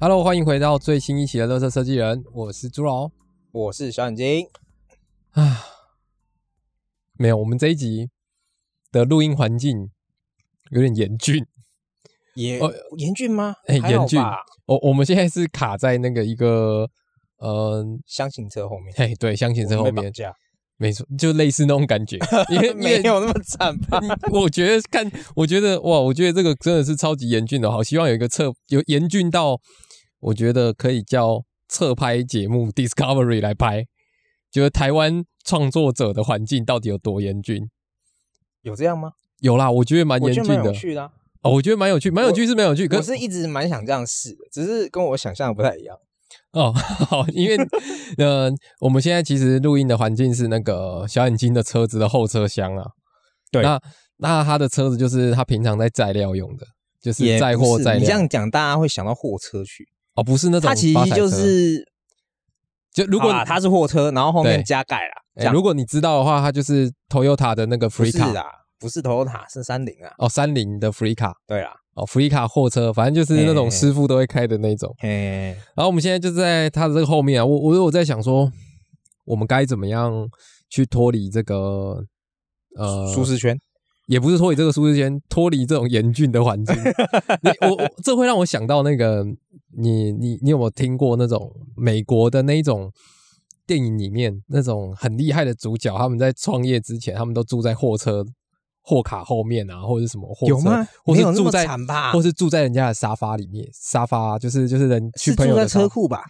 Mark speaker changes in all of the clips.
Speaker 1: Hello，欢迎回到最新一期的《乐色设计人》，我是朱龙。
Speaker 2: 我是小眼睛，
Speaker 1: 啊，没有，我们这一集的录音环境有点严峻。
Speaker 2: 也
Speaker 1: 哦
Speaker 2: 严峻吗？
Speaker 1: 哎
Speaker 2: 还好
Speaker 1: 严峻
Speaker 2: 吧
Speaker 1: 我我们现在是卡在那个一个，呃，
Speaker 2: 箱型车后面，
Speaker 1: 嘿，对，相信在
Speaker 2: 我
Speaker 1: 后
Speaker 2: 们被
Speaker 1: 面
Speaker 2: 绑，架，
Speaker 1: 没错，就类似那种感觉。因 为
Speaker 2: 没，有那么惨 吧？
Speaker 1: 因为我觉得看，我觉得哇，我觉得这个真的是超级严峻的，好希望有一个侧有严峻到，我觉得可以叫侧拍节目 Discovery 来拍，就是台湾创作者的环境到底有多严峻。
Speaker 2: 有这样吗？
Speaker 1: 有啦，我觉得蛮
Speaker 2: 我
Speaker 1: 严
Speaker 2: 觉
Speaker 1: 峻
Speaker 2: 得蛮
Speaker 1: 的
Speaker 2: 有趣的啊。
Speaker 1: 哦，我觉得蛮有趣，蛮有趣是蛮有趣，可
Speaker 2: 我是一直蛮想这样试的，只是跟我想象的不太一样。
Speaker 1: 哦， 好，因为呃，我们现在其实录音的环境是那个小眼睛的车子的后车厢啊，
Speaker 2: 对
Speaker 1: 那那他的车子就是他平常在载料用的，就是
Speaker 2: 也
Speaker 1: 载
Speaker 2: 不
Speaker 1: 货
Speaker 2: 是
Speaker 1: 载
Speaker 2: 你这
Speaker 1: 料，
Speaker 2: 样讲，大家会想到货车去。
Speaker 1: 哦，不是那种
Speaker 2: 它其
Speaker 1: 发
Speaker 2: 实
Speaker 1: 财
Speaker 2: 就
Speaker 1: 车
Speaker 2: 是，
Speaker 1: 就如果
Speaker 2: 好啦它是货车，然后后
Speaker 1: 对
Speaker 2: 面加盖啦。这
Speaker 1: 哎
Speaker 2: 样
Speaker 1: 如果你知道的话，它就是 Toyota 的那个
Speaker 2: 不
Speaker 1: Free
Speaker 2: 是
Speaker 1: 卡
Speaker 2: 啦，不是 Toyota，是三菱啊。
Speaker 1: 哦，三菱的 Free 卡
Speaker 2: 对啦，
Speaker 1: 哦，Free 卡货车，反正就是那种
Speaker 2: 哎
Speaker 1: 师傅都会开的那种。
Speaker 2: 嘿，
Speaker 1: 然后我们现在就在他的这个后面啊，我我有在想说，我们该怎么样去脱离这个呃
Speaker 2: 舒，适圈，
Speaker 1: 也不是脱离这个舒适圈，脱离这种严峻的 环境。你我我这会让我想到那个你你你有没有听过那种美国的那一种电影里面那种很厉害的主角，他们在创业之前，他们都住在货车货卡后面啊，或者是什么货车，
Speaker 2: 有吗？
Speaker 1: 或
Speaker 2: 没有
Speaker 1: 是
Speaker 2: 那
Speaker 1: 住
Speaker 2: 么
Speaker 1: 在
Speaker 2: 惨吧？
Speaker 1: 或是住在人家的沙发里面，沙发就是就是人去
Speaker 2: 是
Speaker 1: 朋
Speaker 2: 住
Speaker 1: 友
Speaker 2: 在
Speaker 1: 的沙
Speaker 2: 车库吧？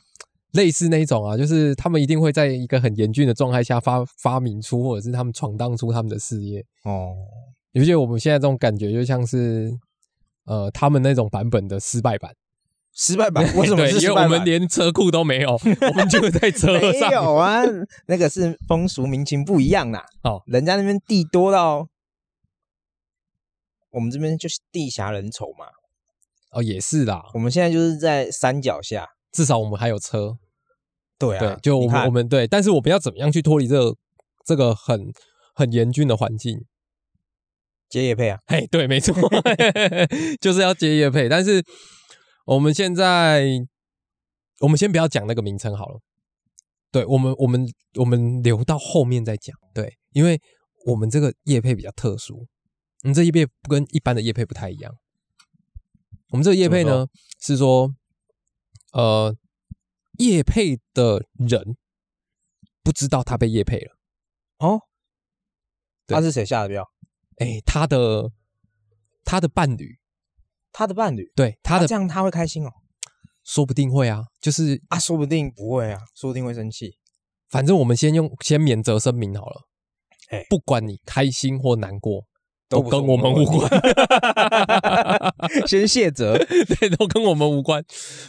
Speaker 1: 类似那一种啊，就是他们一定会在一个很严峻的状态下发发明出，或者是他们闯荡出他们的事业。
Speaker 2: 哦，
Speaker 1: 你不觉得我们现在这种感觉就像是呃他们那种版本的失败版？
Speaker 2: 失败版为什么
Speaker 1: 对
Speaker 2: 是
Speaker 1: 因
Speaker 2: 失
Speaker 1: 为我
Speaker 2: 败版
Speaker 1: 们？连车库都 没有，我们就在车
Speaker 2: 没
Speaker 1: 上。
Speaker 2: 有啊，那个是风俗民情不一样啦。
Speaker 1: 哦，
Speaker 2: 人家那边地多到，我们这边就是地狭人稠嘛。
Speaker 1: 哦，也是啦，
Speaker 2: 我们现在就是在山脚下。
Speaker 1: 至少我们还有车。
Speaker 2: 对啊，
Speaker 1: 对，就我
Speaker 2: 你
Speaker 1: 们
Speaker 2: 看
Speaker 1: 我们对，但是我们要怎么样去脱离这个这个很很严峻的环境？
Speaker 2: 接野配啊，
Speaker 1: 嘿，对，没错， 就是要接业配。但是我们现在，我们先不要讲那个名称好了。对我们，我们，我们留到后面再讲。对，因为我们这个业配比较特殊，我们这业配跟一般的业配不太一样。我们这个业配
Speaker 2: 怎
Speaker 1: 呢
Speaker 2: 么
Speaker 1: 是说，呃，业配的人不知道他被业配了。
Speaker 2: 哦，
Speaker 1: 对
Speaker 2: 他是谁下的标？
Speaker 1: 哎，他的他的伴侣，
Speaker 2: 他的伴侣。
Speaker 1: 对他
Speaker 2: 啊
Speaker 1: 的
Speaker 2: 这样他会开心哦？
Speaker 1: 说不定会啊，就是
Speaker 2: 啊，说不定不会啊，说不定会 生气。
Speaker 1: 反正我们先用先免责声明好了，
Speaker 2: 哎
Speaker 1: 不管你开心或难过，
Speaker 2: 都不是
Speaker 1: 跟我们
Speaker 2: 我们
Speaker 1: 无
Speaker 2: 的
Speaker 1: 关，
Speaker 2: 先谢责。
Speaker 1: 对，都跟我们无关。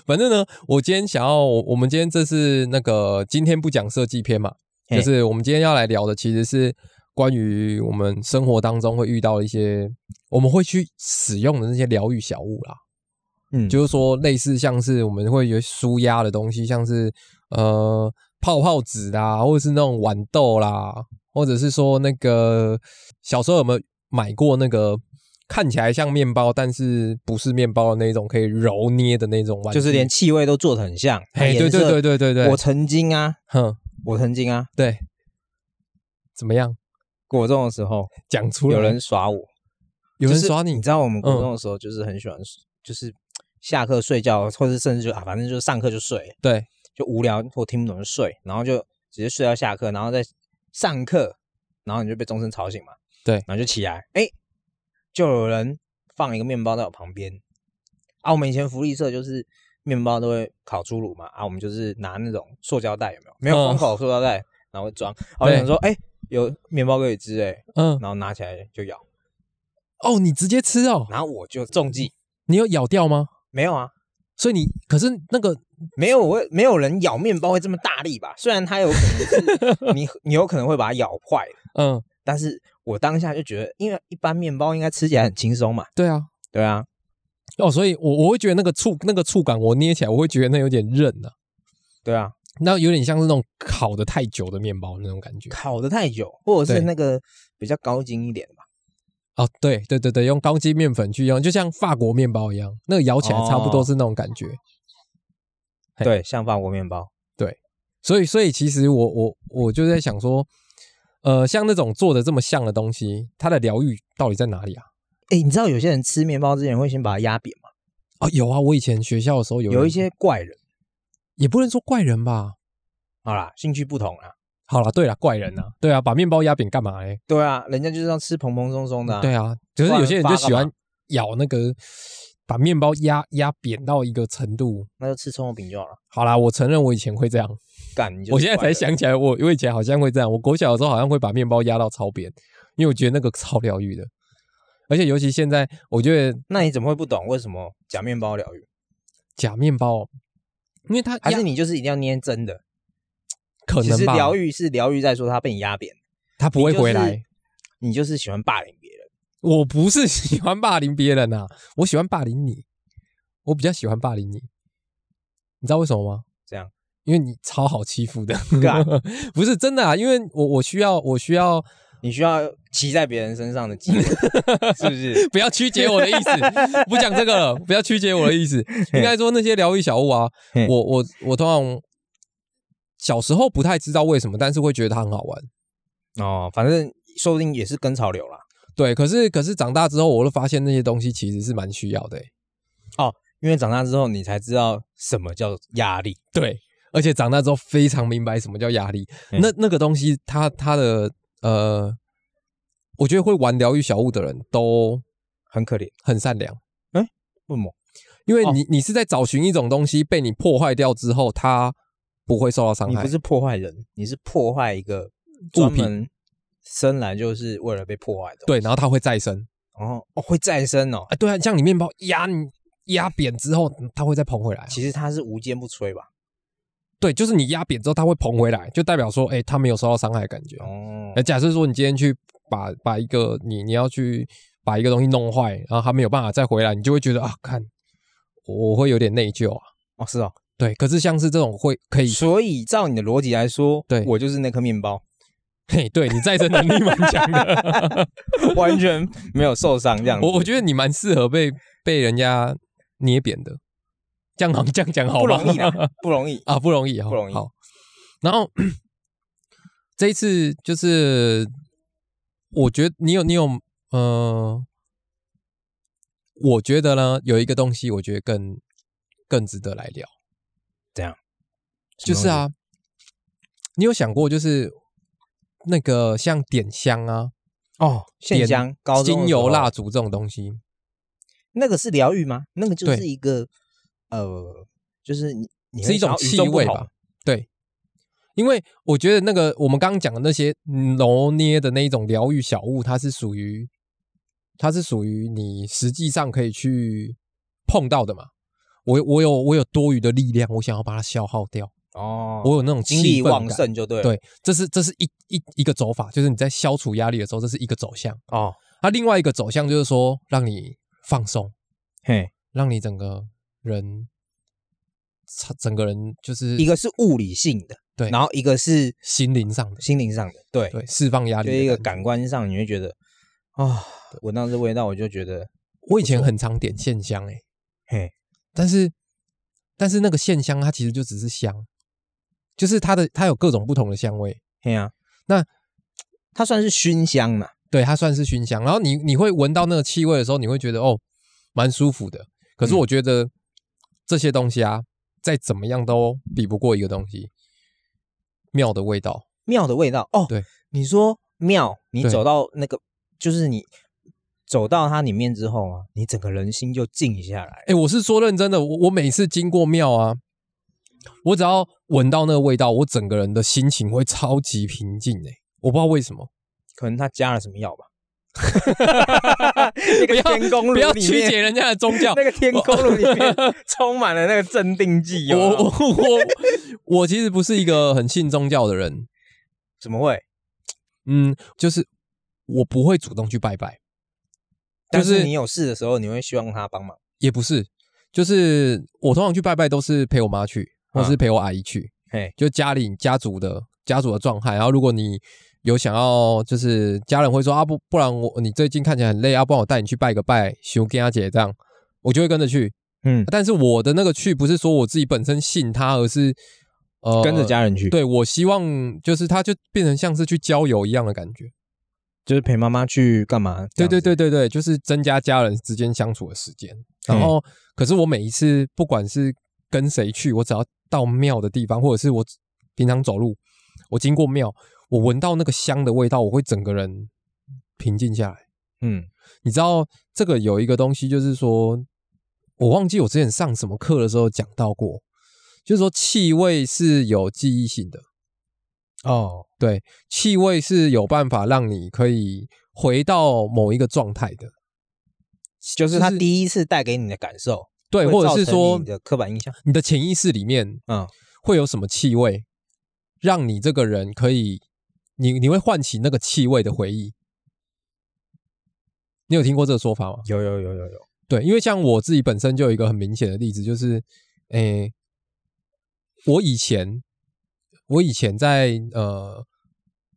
Speaker 1: 反正呢，我今天想要，我们今天这是那个今天不讲设计篇嘛，
Speaker 2: 嘿
Speaker 1: 就是我们今天要来聊的其实是关于我们生活当中会遇到的一些我们会去使用的那些疗愈小物啦。
Speaker 2: 嗯，
Speaker 1: 就是说类似像是我们会有舒压的东西，像是呃泡泡纸啦，或者是那种豌豆啦，或者是说那个小时候有没有买过那个看起来像面包，但是不是面包的那种可以揉捏的那种玩具，
Speaker 2: 就是连气味都做的很像。
Speaker 1: 哎，对
Speaker 2: 颜
Speaker 1: 对
Speaker 2: 色
Speaker 1: 对对对对，
Speaker 2: 我曾经啊，
Speaker 1: 哼
Speaker 2: 我曾经啊，
Speaker 1: 对，怎么样
Speaker 2: 国中的时候
Speaker 1: 讲出来？
Speaker 2: 有人耍我，
Speaker 1: 有人
Speaker 2: 就是
Speaker 1: 耍你，
Speaker 2: 你知道我们国
Speaker 1: 嗯
Speaker 2: 中的时候就是很喜欢，就是下课睡觉，或者甚至就啊，反正就是上课就睡，
Speaker 1: 对
Speaker 2: 就无聊或听不懂就睡，然后就直接睡到下课，然后再上课，然后你就被钟声吵醒嘛，
Speaker 1: 对
Speaker 2: 然后就起来，哎，就有人放一个面包在我旁边，啊，我们以前福利社就是。面包都会烤猪乳嘛，啊，我们就是拿那种塑胶袋，有没有？没有
Speaker 1: 嗯
Speaker 2: 封口的塑胶袋，然后会装。啊我就
Speaker 1: 对
Speaker 2: 想说，哎、有面包可以吃、哎，
Speaker 1: 嗯
Speaker 2: 然后拿起来就咬，
Speaker 1: 哦，你直接吃哦，
Speaker 2: 然后我就中计，
Speaker 1: 你有咬掉吗？
Speaker 2: 没有啊，
Speaker 1: 所以你可是那个
Speaker 2: 没有，我没有人咬面包会这么大力吧？虽然它有可能 是你，你有可能会把它咬坏，
Speaker 1: 嗯，
Speaker 2: 但是我当下就觉得，因为一般面包应该吃起来很轻松嘛，
Speaker 1: 对啊，
Speaker 2: 对啊，
Speaker 1: 哦，所以我我会觉得那个触那个触感，我捏起来我会觉得那有点韧啊，
Speaker 2: 对啊，
Speaker 1: 那有点像是那种烤的太久的面包那种感觉。
Speaker 2: 烤的太久，或者是
Speaker 1: 对
Speaker 2: 那个比较高筋一点的吧，
Speaker 1: 哦，对对对
Speaker 2: 哦
Speaker 1: 对，用高筋面粉去用，就像法国面包一样，那个咬起来差不多是那种感觉。嘿
Speaker 2: 对，像法国面包，
Speaker 1: 所以，所以其实我我我就在想说，呃，像那种做的这么像的东西，它的疗愈到底在哪里啊？
Speaker 2: 哎，你知道有些人吃面包之前会先把它压扁吗？
Speaker 1: 啊，有啊，我以前学校的时候有
Speaker 2: 有一
Speaker 1: 人
Speaker 2: 些怪人，
Speaker 1: 也不能说怪人吧。
Speaker 2: 好啦，兴趣不同啦，
Speaker 1: 好了，对了，怪人啊，对啊，把面包压扁干嘛嘞？
Speaker 2: 对啊，人家就是要吃蓬蓬松松的、啊，
Speaker 1: 对啊，就是
Speaker 2: 不然
Speaker 1: 有些人就
Speaker 2: 发
Speaker 1: 喜
Speaker 2: 干嘛
Speaker 1: 欢咬那个，把面包压压扁到一个程度。
Speaker 2: 那就吃葱油饼就好了。
Speaker 1: 好啦，我承认我以前会这样，
Speaker 2: 干，你就是
Speaker 1: 我现在
Speaker 2: 怪
Speaker 1: 才
Speaker 2: 人，
Speaker 1: 想起来我，我以前好像会这样。我国小的时候好像会把面包压到超扁，因为我觉得那个超疗愈的，而且尤其现在，我觉得
Speaker 2: 那你怎么会不懂为什么假面包疗愈？
Speaker 1: 假面包，因为它
Speaker 2: 还
Speaker 1: 压
Speaker 2: 是你就是一定要捏真的？
Speaker 1: 可
Speaker 2: 其
Speaker 1: 能
Speaker 2: 实
Speaker 1: 吧，
Speaker 2: 疗愈是疗愈，在说他被你压扁，
Speaker 1: 它不会
Speaker 2: 你就是
Speaker 1: 回来。
Speaker 2: 你就是喜欢霸凌别人。
Speaker 1: 我不是喜欢霸凌别人啊， 我喜欢霸凌你，我比较喜欢霸凌你，你知道为什么吗？
Speaker 2: 这样，
Speaker 1: 因为你超好欺负的
Speaker 2: 干，
Speaker 1: 不是真的啊，因为我我需要我需要
Speaker 2: 你需要骑在别人身上的技能，是不是？
Speaker 1: 不要曲解我的意 思，不讲这个了，不要曲解我的意思。应该说那些疗愈小物啊，
Speaker 2: 嘿
Speaker 1: 我我我通常小时候不太知道为什么，但是会觉得它很好玩。
Speaker 2: 哦，反正说不定也是跟潮流啦。
Speaker 1: 对，可是可是长大之后，我会发现那些东西其实是蛮需要的欸、
Speaker 2: 因为长大之后，你才知道什么叫压力。
Speaker 1: 对，而且长大之后非常明白什么叫压力。
Speaker 2: 嗯
Speaker 1: 那那个东西它，它的呃，我觉得会玩疗愈小物的人都
Speaker 2: 很可怜，
Speaker 1: 很善良，
Speaker 2: 为什么？
Speaker 1: 因为
Speaker 2: 哦
Speaker 1: 你、你是在找寻一种东西被你破坏掉之后，它不会受到伤
Speaker 2: 你
Speaker 1: 害
Speaker 2: 不。是破坏人，你是破坏一个
Speaker 1: 物
Speaker 2: 专
Speaker 1: 品
Speaker 2: 门生来就是为了被破坏的。，
Speaker 1: 对，然后它会再生。
Speaker 2: 然后哦会再生哦
Speaker 1: 啊、，对啊，像你面包压你压扁之后，它会再膨回来啊。
Speaker 2: 其实它是无坚不摧吧？
Speaker 1: 对，就是你压扁之后，它会膨回来，就代表说，哎、它没有受到伤害的感觉。
Speaker 2: 哦
Speaker 1: 呃，，假设说你今天去把把一个你你要去把一个东西弄坏，然后它没有办法再回来，你就会觉得啊，看我我会有点内疚啊。
Speaker 2: 哦是哦，
Speaker 1: 对，可是像是这种会可以，
Speaker 2: 所以照你的逻辑来说，
Speaker 1: 对
Speaker 2: 我就是那颗面包，
Speaker 1: 嘿，对你再生能力蛮强的，
Speaker 2: 完全没有受 伤这样子。
Speaker 1: 我我觉得你蛮适合被被人家捏扁的，这样好这样讲好
Speaker 2: 不
Speaker 1: 吗
Speaker 2: 容易啦，不容易。
Speaker 1: 啊， 不容易，好
Speaker 2: 不容易
Speaker 1: 好，然后 这一次就是，我觉得你有你有，呃，我觉得呢，有一个东西，我觉得更更值得来聊，
Speaker 2: 怎样？
Speaker 1: 就是
Speaker 2: 什么东
Speaker 1: 啊，
Speaker 2: 西，
Speaker 1: 你有想过就是那个像点香啊、
Speaker 2: 哦，线
Speaker 1: 点
Speaker 2: 香、高中的
Speaker 1: 精
Speaker 2: 时
Speaker 1: 油、
Speaker 2: 候
Speaker 1: 蜡烛这种东西，
Speaker 2: 那个是疗愈吗？那个就
Speaker 1: 对
Speaker 2: 是一个呃，就是你你会
Speaker 1: 是一种
Speaker 2: 想要与
Speaker 1: 气
Speaker 2: 众不
Speaker 1: 味
Speaker 2: 同
Speaker 1: 吧？对，因为我觉得那个我们刚刚讲的那些嗯揉捏的那一种疗愈小物，它是属于它是属于你实际上可以去碰到的嘛。我我有我有多余的力量，我想要把它消耗掉，
Speaker 2: 哦，
Speaker 1: 我有那种气
Speaker 2: 精力
Speaker 1: 氛感
Speaker 2: 旺。盛就对了。
Speaker 1: 对，这是这是一一一个走法，就是你在消除压力的时候，这是一个走向。
Speaker 2: 哦，
Speaker 1: 它另外一个走向就是说，让你放松，
Speaker 2: 嘿，
Speaker 1: 让你整个人，整个人就是
Speaker 2: 一个是物理性的，
Speaker 1: 对
Speaker 2: 然后一个是
Speaker 1: 心灵上的，
Speaker 2: 心灵上的，对，
Speaker 1: 对，释放压力
Speaker 2: 就
Speaker 1: 的
Speaker 2: 一个
Speaker 1: 觉
Speaker 2: 感官上你会觉得啊，闻到这味道我就觉得
Speaker 1: 我以前很常点线香诶、
Speaker 2: 嘿，
Speaker 1: 但是但是那个线香它其实就只是香，就是它的它有各种不同的香味，
Speaker 2: 嘿啊，
Speaker 1: 那
Speaker 2: 它算是熏香嘛？
Speaker 1: 对，它算是熏香。然后你你会闻到那个气味的时候，你会觉得哦，蛮舒服的。可是我觉得这些东西啊，再怎么样都比不过一个东西，妙的味道。
Speaker 2: 庙的味道哦。
Speaker 1: 对，
Speaker 2: 你说庙，你
Speaker 1: 对
Speaker 2: 走到那个，就是你走到它里面之后啊，你整个人心就静下来。
Speaker 1: 哎，我是说认真的，我我每次经过庙啊，我只要闻到那个味道，我整个人的心情会超级平静诶、我不知道为什么。
Speaker 2: 可能他加了什么 药吧。那个天宫炉
Speaker 1: 不要
Speaker 2: 里
Speaker 1: 曲解
Speaker 2: 面，
Speaker 1: 人家的宗教
Speaker 2: 那。个天宫炉里面充满了那个镇定剂
Speaker 1: 我
Speaker 2: 有没有
Speaker 1: 我我我其实不是一个很信宗教的人，
Speaker 2: 怎么会？
Speaker 1: 嗯，就是我不会主动去拜拜，就
Speaker 2: 但
Speaker 1: 是
Speaker 2: 是你有事的时候，你会希望他帮忙。
Speaker 1: 也不是，就是我通常去拜拜都是陪我妈去，或是陪我阿姨去，
Speaker 2: 嘿，
Speaker 1: 就家里家族的家族的状态。然后如果你有想要，就是家人会说啊不，不然我你最近看起来很累，啊，不然我带你去拜个拜，熊跟阿姐这样，我就会跟着去。
Speaker 2: 嗯，
Speaker 1: 但是我的那个去不是说我自己本身信他，而是呃
Speaker 2: 跟着家人去，，
Speaker 1: 对我希望就是他就变成像是去郊游一样的感觉。
Speaker 2: 就是陪妈妈去干嘛？
Speaker 1: 对对
Speaker 2: 这样
Speaker 1: 对对对，就是增加家人之间相处的时间。
Speaker 2: 嗯
Speaker 1: 然后，可是我每一次不管是跟谁去，我只要到庙的地方，或者是我平常走路，我经过庙，我闻到那个香的味道，我会整个人平静下来。
Speaker 2: 子，嗯
Speaker 1: 你知道这个有一个东西，就是说我忘记我之前上什么课的时候讲到过，就是说气味是有记忆性的，
Speaker 2: 哦，
Speaker 1: 对，气味是有办法让你可以回到某一个状态的，
Speaker 2: 就是他第一次带给你的感受，
Speaker 1: 对，
Speaker 2: 会
Speaker 1: 或者
Speaker 2: 造
Speaker 1: 是
Speaker 2: 成
Speaker 1: 说
Speaker 2: 你的刻板印象，
Speaker 1: 你的潜意识里面
Speaker 2: 嗯
Speaker 1: 会有什么气味，让你这个人可以，你你会唤起那个气味的回忆。你有听过这个说法吗？
Speaker 2: 有有有有有，
Speaker 1: 对，因为像我自己本身就有一个很明显的例子，就是，诶，我以前，我以前在呃，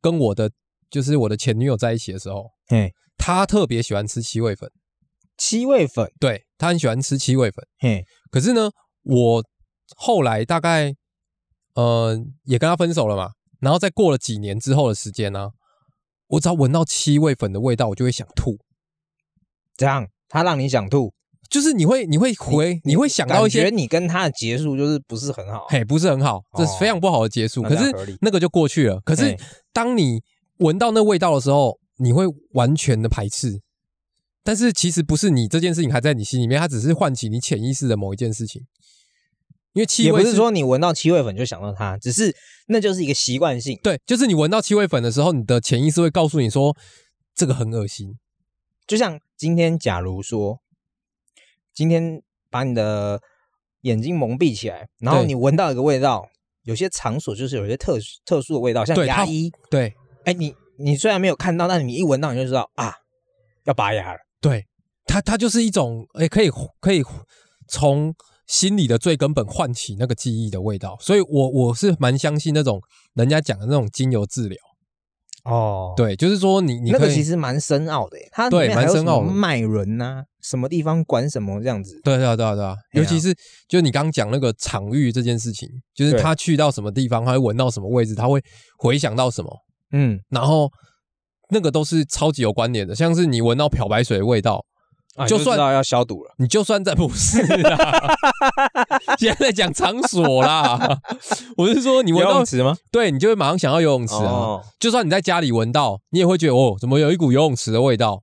Speaker 1: 跟我的就是我的前女友在一起的时候，
Speaker 2: 嘿，
Speaker 1: 她特别喜欢吃七味粉，
Speaker 2: 七味粉，
Speaker 1: 对她很喜欢吃七味粉。
Speaker 2: 嘿，
Speaker 1: 可是呢，我后来大概，呃，也跟她分手了嘛，然后再过了几年之后的时间呢、我只要闻到七味粉的味道，我就会想吐，
Speaker 2: 这样他让你想吐，
Speaker 1: 就是你会你会回你会想到
Speaker 2: 感
Speaker 1: 一些
Speaker 2: 觉你跟他的结束就是不是很好，
Speaker 1: 嘿，不是很好，这是
Speaker 2: 哦
Speaker 1: 非常不好的结束。
Speaker 2: 那
Speaker 1: 可
Speaker 2: 这样
Speaker 1: 是
Speaker 2: 合理
Speaker 1: 那个就过去了。可是
Speaker 2: 嘿
Speaker 1: 当你闻到那味道的时候，你会完全的排斥。但是其实不是你这件事情还在你心里面，它只是唤起你潜意识的某一件事情。因为气
Speaker 2: 也不
Speaker 1: 味
Speaker 2: 是说你闻到七味粉就想到他，只是那就是一个习惯性，
Speaker 1: 对，就是你闻到气味粉的时候，你的潜意识会告诉你说这个很恶心。
Speaker 2: 就像今天，假如说今天把你的眼睛蒙蔽起来，然后
Speaker 1: 对
Speaker 2: 你闻到一个味道，有些场所就是有一些特殊特殊的味道，像
Speaker 1: 对
Speaker 2: 牙
Speaker 1: 它
Speaker 2: 医，
Speaker 1: 对
Speaker 2: 哎，你你虽然没有看到，但是你一闻到你就知道啊，要拔牙了。
Speaker 1: 对，它它就是一种诶、可以可以从心里的最根本唤起那个记忆的味道。所以我我是蛮相信那种人家讲的那种精油治疗。
Speaker 2: 哦，，
Speaker 1: 对，就是说你你
Speaker 2: 那
Speaker 1: 可
Speaker 2: 个
Speaker 1: 以
Speaker 2: 其实蛮深奥的耶，它里
Speaker 1: 对
Speaker 2: 面还
Speaker 1: 蛮
Speaker 2: 有什
Speaker 1: 深奥
Speaker 2: 么
Speaker 1: 的
Speaker 2: 脉轮呐，什么地方管什么这样子。
Speaker 1: 对对啊对啊对啊，
Speaker 2: 对啊
Speaker 1: 尤其是就你刚刚讲那个场域这件事情，就是
Speaker 2: 对
Speaker 1: 他去到什么地方，他会闻到什么位置，他会回想到什么，
Speaker 2: 嗯，
Speaker 1: 然后那个都是超级有关联的。像是你闻到漂白水的味道，
Speaker 2: 啊
Speaker 1: 就
Speaker 2: 你知
Speaker 1: 算
Speaker 2: 道要消毒了，
Speaker 1: 你就算在不是 啦，现在在讲场所啦，我是说你
Speaker 2: 你
Speaker 1: 闻到，
Speaker 2: 池吗？
Speaker 1: 对你就会马上想到游泳池啊。
Speaker 2: 哦
Speaker 1: 就算你在家里闻到，你也会觉得哦，怎么有一股游泳池的味道？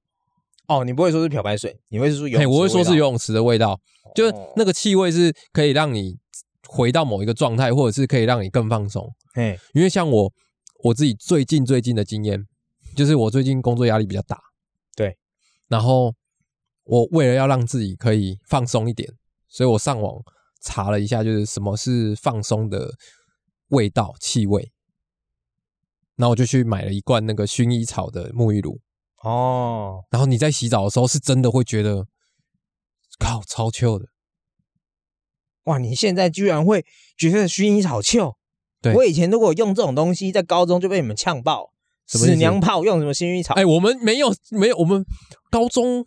Speaker 2: 哦，你不会说是漂白水，你会是说有
Speaker 1: 嘿，，我会说是游，泳池的味道。就是
Speaker 2: 哦
Speaker 1: 那个气味是可以让你回到某一个状态，或者是可以让你更放松。
Speaker 2: 嘿，
Speaker 1: 因为像我我自己最近最近的经验，就是我最近工作压力比较大，
Speaker 2: 对，
Speaker 1: 然后我为了要让自己可以放松一点，所以我上网查了一下，就是什么是放松的味道气味。然后我就去买了一罐那个薰衣草的沐浴露，
Speaker 2: 哦，
Speaker 1: 然后你在洗澡的时候是真的会觉得，靠，超 chill 的。
Speaker 2: 哇，你现在居然会觉得薰衣草臭？
Speaker 1: 对
Speaker 2: 我以前如果用这种东西，在高中就被你们呛爆，
Speaker 1: 什么意思
Speaker 2: 死娘炮用什么薰衣草？
Speaker 1: 哎、我们没有没有，我们高中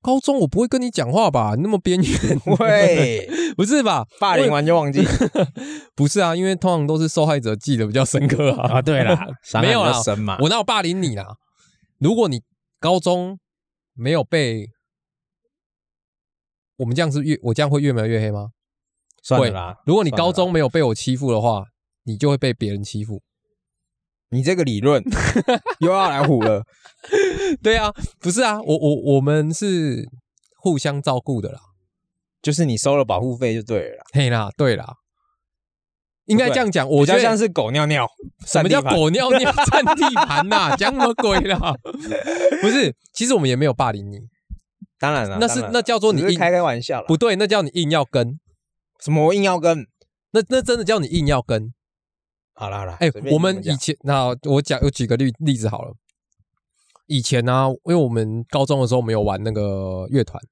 Speaker 1: 高中我不会跟你讲话吧？你那么边缘，
Speaker 2: 喂，
Speaker 1: 不是吧？
Speaker 2: 霸凌完就忘记
Speaker 1: 不是啊，因为通常都是受害者记得比较深刻啊。
Speaker 2: 对啦，
Speaker 1: 没有啦
Speaker 2: 伤害比较深嘛，
Speaker 1: 我哪有霸凌你啦？如果你高中没有被我们这样是越我这样会越描越黑吗？
Speaker 2: 算了
Speaker 1: 会
Speaker 2: 啦。
Speaker 1: 如果你
Speaker 2: 算了
Speaker 1: 高
Speaker 2: 啦
Speaker 1: 中没有被我欺负的话，你就会被别人欺 负。
Speaker 2: 你这个理 论又要来唬了，
Speaker 1: 对啊，不是啊，我我我们是互相照顾的啦。
Speaker 2: 就是你收了保护费就对了啦。
Speaker 1: 嘿啦，对啦，应该这样讲。我
Speaker 2: 我
Speaker 1: 觉
Speaker 2: 觉
Speaker 1: 得
Speaker 2: 得像是狗尿尿，
Speaker 1: 什么叫狗尿尿占地盘呐、讲什么鬼啦？不是，其实我们也没有霸凌你，
Speaker 2: 当然了，
Speaker 1: 那是
Speaker 2: 当然啦
Speaker 1: 那叫做你
Speaker 2: 只是
Speaker 1: 硬
Speaker 2: 开开玩笑啦，
Speaker 1: 不对，那叫你硬要跟，
Speaker 2: 什么我硬要跟。
Speaker 1: 那那真的叫你硬要跟。
Speaker 2: 好啦好啦，
Speaker 1: 哎、
Speaker 2: 随便
Speaker 1: 我
Speaker 2: 你
Speaker 1: 们
Speaker 2: 讲
Speaker 1: 以前那我讲我举个例例子好了，以前呢、啊，因为我们高中的时候，我们有玩那个乐团，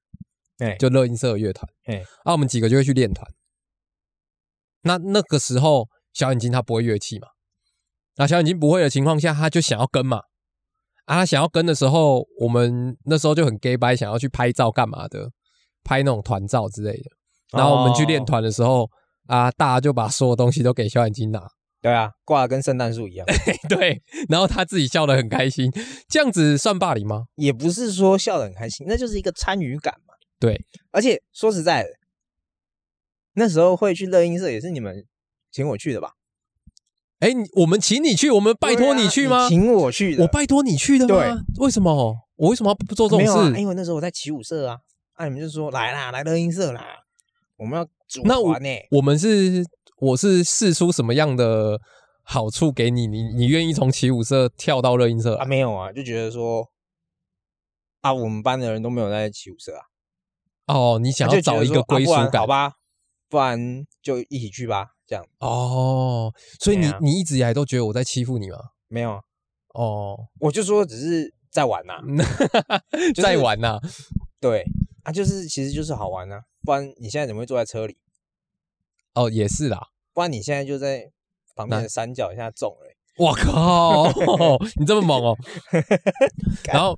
Speaker 2: 哎
Speaker 1: 就乐音社的乐团，
Speaker 2: 哎
Speaker 1: 啊，我们几个就会去练团。那那个时候，小眼睛他不会乐器嘛，那小眼睛不会的情况下，他就想要跟嘛，啊，他想要跟的时候，我们那时候就很 gay 掰，想要去拍照干嘛的，拍那种团照之类的。然后我们去
Speaker 2: 哦
Speaker 1: 练团的时候、啊，大家就把所有东西都给小眼睛拿，
Speaker 2: 对啊，挂的跟圣诞树一样，
Speaker 1: 对，然后他自己笑得很开心，这样子算霸凌吗？
Speaker 2: 也不是说笑得很开心，那就是一个参与感嘛。
Speaker 1: 对，
Speaker 2: 而且说实在的，那时候会去乐音社也是你们请我去的吧？
Speaker 1: 哎，你我们请你去，我们拜托
Speaker 2: 对啊
Speaker 1: 你去吗？
Speaker 2: 请我去的，
Speaker 1: 我拜托你去的吗？为什么？我为什么要不做这种
Speaker 2: 没有啊，因
Speaker 1: 事？
Speaker 2: 为那时候我在起舞社啊，啊，你们就说来啦，来乐音社啦，我们要组
Speaker 1: 那我
Speaker 2: 团呢、
Speaker 1: 我们是我是试出什么样的好处给你？你你愿意从起舞社跳到热音社
Speaker 2: 啊，
Speaker 1: 啊？
Speaker 2: 没有啊，就觉得说啊，我们班的人都没有在起舞社啊，
Speaker 1: 哦，你想
Speaker 2: 啊
Speaker 1: 要
Speaker 2: 就觉
Speaker 1: 找
Speaker 2: 得
Speaker 1: 一
Speaker 2: 说
Speaker 1: 个归属
Speaker 2: 啊不然
Speaker 1: 感
Speaker 2: 好？吧？不然就一起去吧，这样
Speaker 1: 哦，所以你
Speaker 2: 对啊
Speaker 1: 你一直以来都觉得我在欺负你吗？
Speaker 2: 没有啊，
Speaker 1: 哦，
Speaker 2: 我就说只是在玩呐、
Speaker 1: 嗯
Speaker 2: 是
Speaker 1: 在玩呐、
Speaker 2: 对啊，就是其实就是好玩呐、不然你现在怎么会坐在车里？
Speaker 1: 哦，也是啦。
Speaker 2: 不然你现在就在旁边
Speaker 1: 那
Speaker 2: 的山脚下种了欸、
Speaker 1: 我靠，你这么猛 哦！然后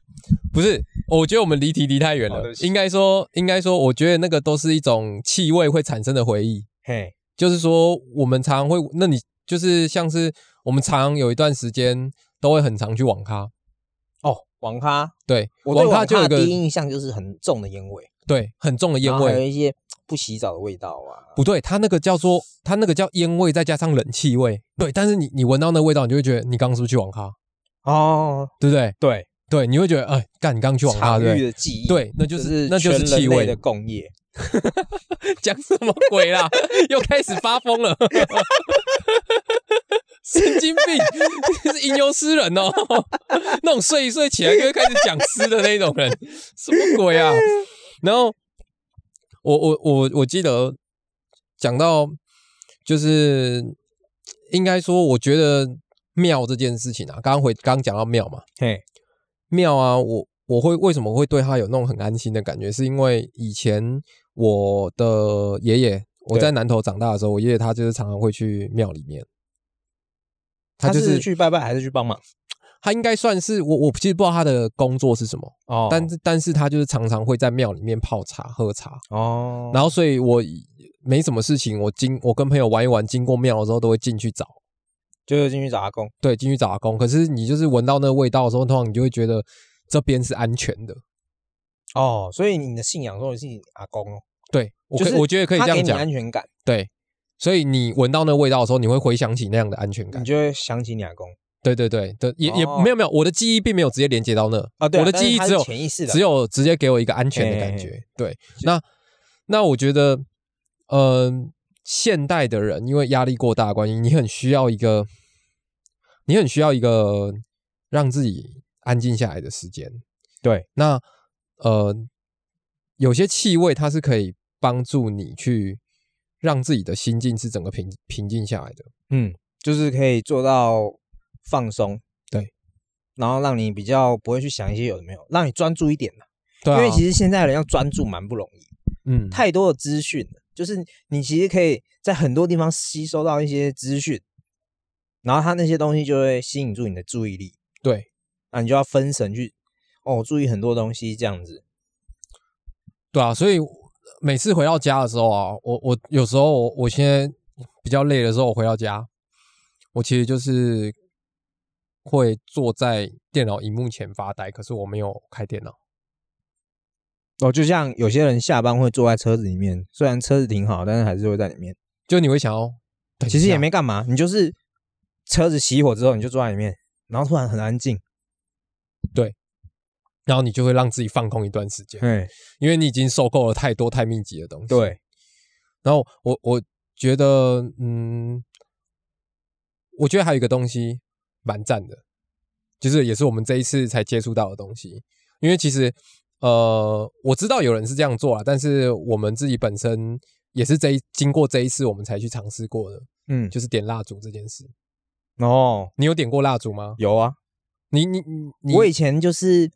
Speaker 1: 不是，我觉得我们离题离太远
Speaker 2: 哦
Speaker 1: 了
Speaker 2: 对不。起
Speaker 1: 应该说，应该说，我觉得那个都是一种气味会产生的回忆。
Speaker 2: 嘿，
Speaker 1: 就是说，我们常会，那你就是像是我们常有一段时间都会很常去网咖，
Speaker 2: 哦，网咖，
Speaker 1: 对，
Speaker 2: 我对
Speaker 1: 网咖
Speaker 2: 网
Speaker 1: 就有
Speaker 2: 咖
Speaker 1: 一
Speaker 2: 的
Speaker 1: 个
Speaker 2: 第一印象就是很重的烟味，
Speaker 1: 对很重的烟
Speaker 2: 然后还有
Speaker 1: 味，
Speaker 2: 一些不洗澡的味道啊。
Speaker 1: 不对，它那个叫做它那个叫烟味，再加上冷气味，对。但是你你闻到那味道，你就会觉得你刚刚是不是去网咖，
Speaker 2: 哦，
Speaker 1: 对不对？
Speaker 2: 对，
Speaker 1: 对，你会觉得哎，干，你刚刚去网咖
Speaker 2: 场
Speaker 1: 对不
Speaker 2: 域
Speaker 1: 对？
Speaker 2: 的记忆，
Speaker 1: 对那就
Speaker 2: 就是是
Speaker 1: 那就是
Speaker 2: 全人
Speaker 1: 气
Speaker 2: 类
Speaker 1: 味
Speaker 2: 的共业。
Speaker 1: 讲什么鬼啦？又开始发疯了， 神经病，是吟游诗人哦，那种睡一睡起来就会开始讲诗的那种人，什么鬼啊？然后我我我我记得讲到就是应该说，我觉得庙这件事情啊，刚刚回刚刚讲到庙嘛，
Speaker 2: 嘿，
Speaker 1: 庙啊，我我会为什么会对他有那种很安心的感觉，是因为以前我的爷爷，我
Speaker 2: 对
Speaker 1: 在南头长大的时候，我爷爷他就是常常会去庙里面，他
Speaker 2: 他
Speaker 1: 就是是
Speaker 2: 去拜拜还是去帮忙？
Speaker 1: 他应该算是我我其实不知道他的工作是什么，
Speaker 2: 哦
Speaker 1: 但是但是他就是常常会在庙里面泡茶喝茶，
Speaker 2: 哦，
Speaker 1: 然后所以我以没什么事情，我经我跟朋友玩一玩，经过庙的时候都会进去找。
Speaker 2: 就是进去找阿公。
Speaker 1: 对，进去找阿公。可是你就是闻到那个味道的时候，通常你就会觉得这边是安全的。
Speaker 2: 哦，所以你的信仰说的是你阿公哦，
Speaker 1: 对，我
Speaker 2: 就
Speaker 1: 可以
Speaker 2: 是
Speaker 1: 我觉得可以
Speaker 2: 他
Speaker 1: 这样
Speaker 2: 给你
Speaker 1: 讲，
Speaker 2: 安全感，
Speaker 1: 对，所以你闻到那味道的时候，你会回想起那样的安全感
Speaker 2: 你。就会想起你阿公
Speaker 1: 对对对对，也也
Speaker 2: 嗯哦
Speaker 1: 没有没有，我的记忆并没有直接连接到那
Speaker 2: 啊。对
Speaker 1: 我
Speaker 2: 啊，
Speaker 1: 的
Speaker 2: 但是
Speaker 1: 记忆
Speaker 2: 他
Speaker 1: 只
Speaker 2: 是
Speaker 1: 有
Speaker 2: 潜意识的，
Speaker 1: 只有直接给我一个安全的感
Speaker 2: 嘿嘿
Speaker 1: 觉。对，那那我觉得，嗯，现代的人因为压力过大的关系，你很需要一个，你很需要一个让自己安静下来的时间。
Speaker 2: 对，
Speaker 1: 那呃，有些气味它是可以帮助你去让自己的心境是整个平平静下来的。
Speaker 2: 嗯，就是可以做到放松，
Speaker 1: 对，
Speaker 2: 然后让你比较不会去想一些有的没有，让你专注一点啦。
Speaker 1: 对、啊，
Speaker 2: 因为其
Speaker 1: 实
Speaker 2: 实现在人要专注蛮不容易，
Speaker 1: 嗯，
Speaker 2: 太多的资讯了，就是你其实可以在很多地方吸收到一些资讯，然后它那些东西就会吸引住你的注意力，
Speaker 1: 对，
Speaker 2: 啊，你就要分神去哦，注意很多东西这样子。
Speaker 1: 对啊，所以每次回到家的时候啊，我我有时候我我现在比较累的时候，我回到家，我其实就是会坐在电脑荧幕前发呆，可是我没有开电脑。
Speaker 2: 哦，就像有些人下班会坐在车子里面，虽然车子停好，但是还是会在里面。
Speaker 1: 就你会想要，等一
Speaker 2: 其实也
Speaker 1: 下
Speaker 2: 没干嘛，你就是车子熄火之后，你就坐在里面，然后突然很安静。
Speaker 1: 然后你就会让自己放空一段时间，
Speaker 2: 嗯，
Speaker 1: 因为你已经受够了太多太密集的东西。
Speaker 2: 对，
Speaker 1: 然后我我觉得，嗯，我觉得还有一个东西蛮赞的，就是也是我们这一次才接触到的东西。因为其实，呃，我知道有人是这样做啊，但是我们自己本身也是这一经过这一次，我们才去尝试过的，
Speaker 2: 嗯，
Speaker 1: 就是点蜡烛这件事。
Speaker 2: 哦，
Speaker 1: 你有点过蜡烛吗？
Speaker 2: 有啊，
Speaker 1: 你你你你，
Speaker 2: 我以前就是，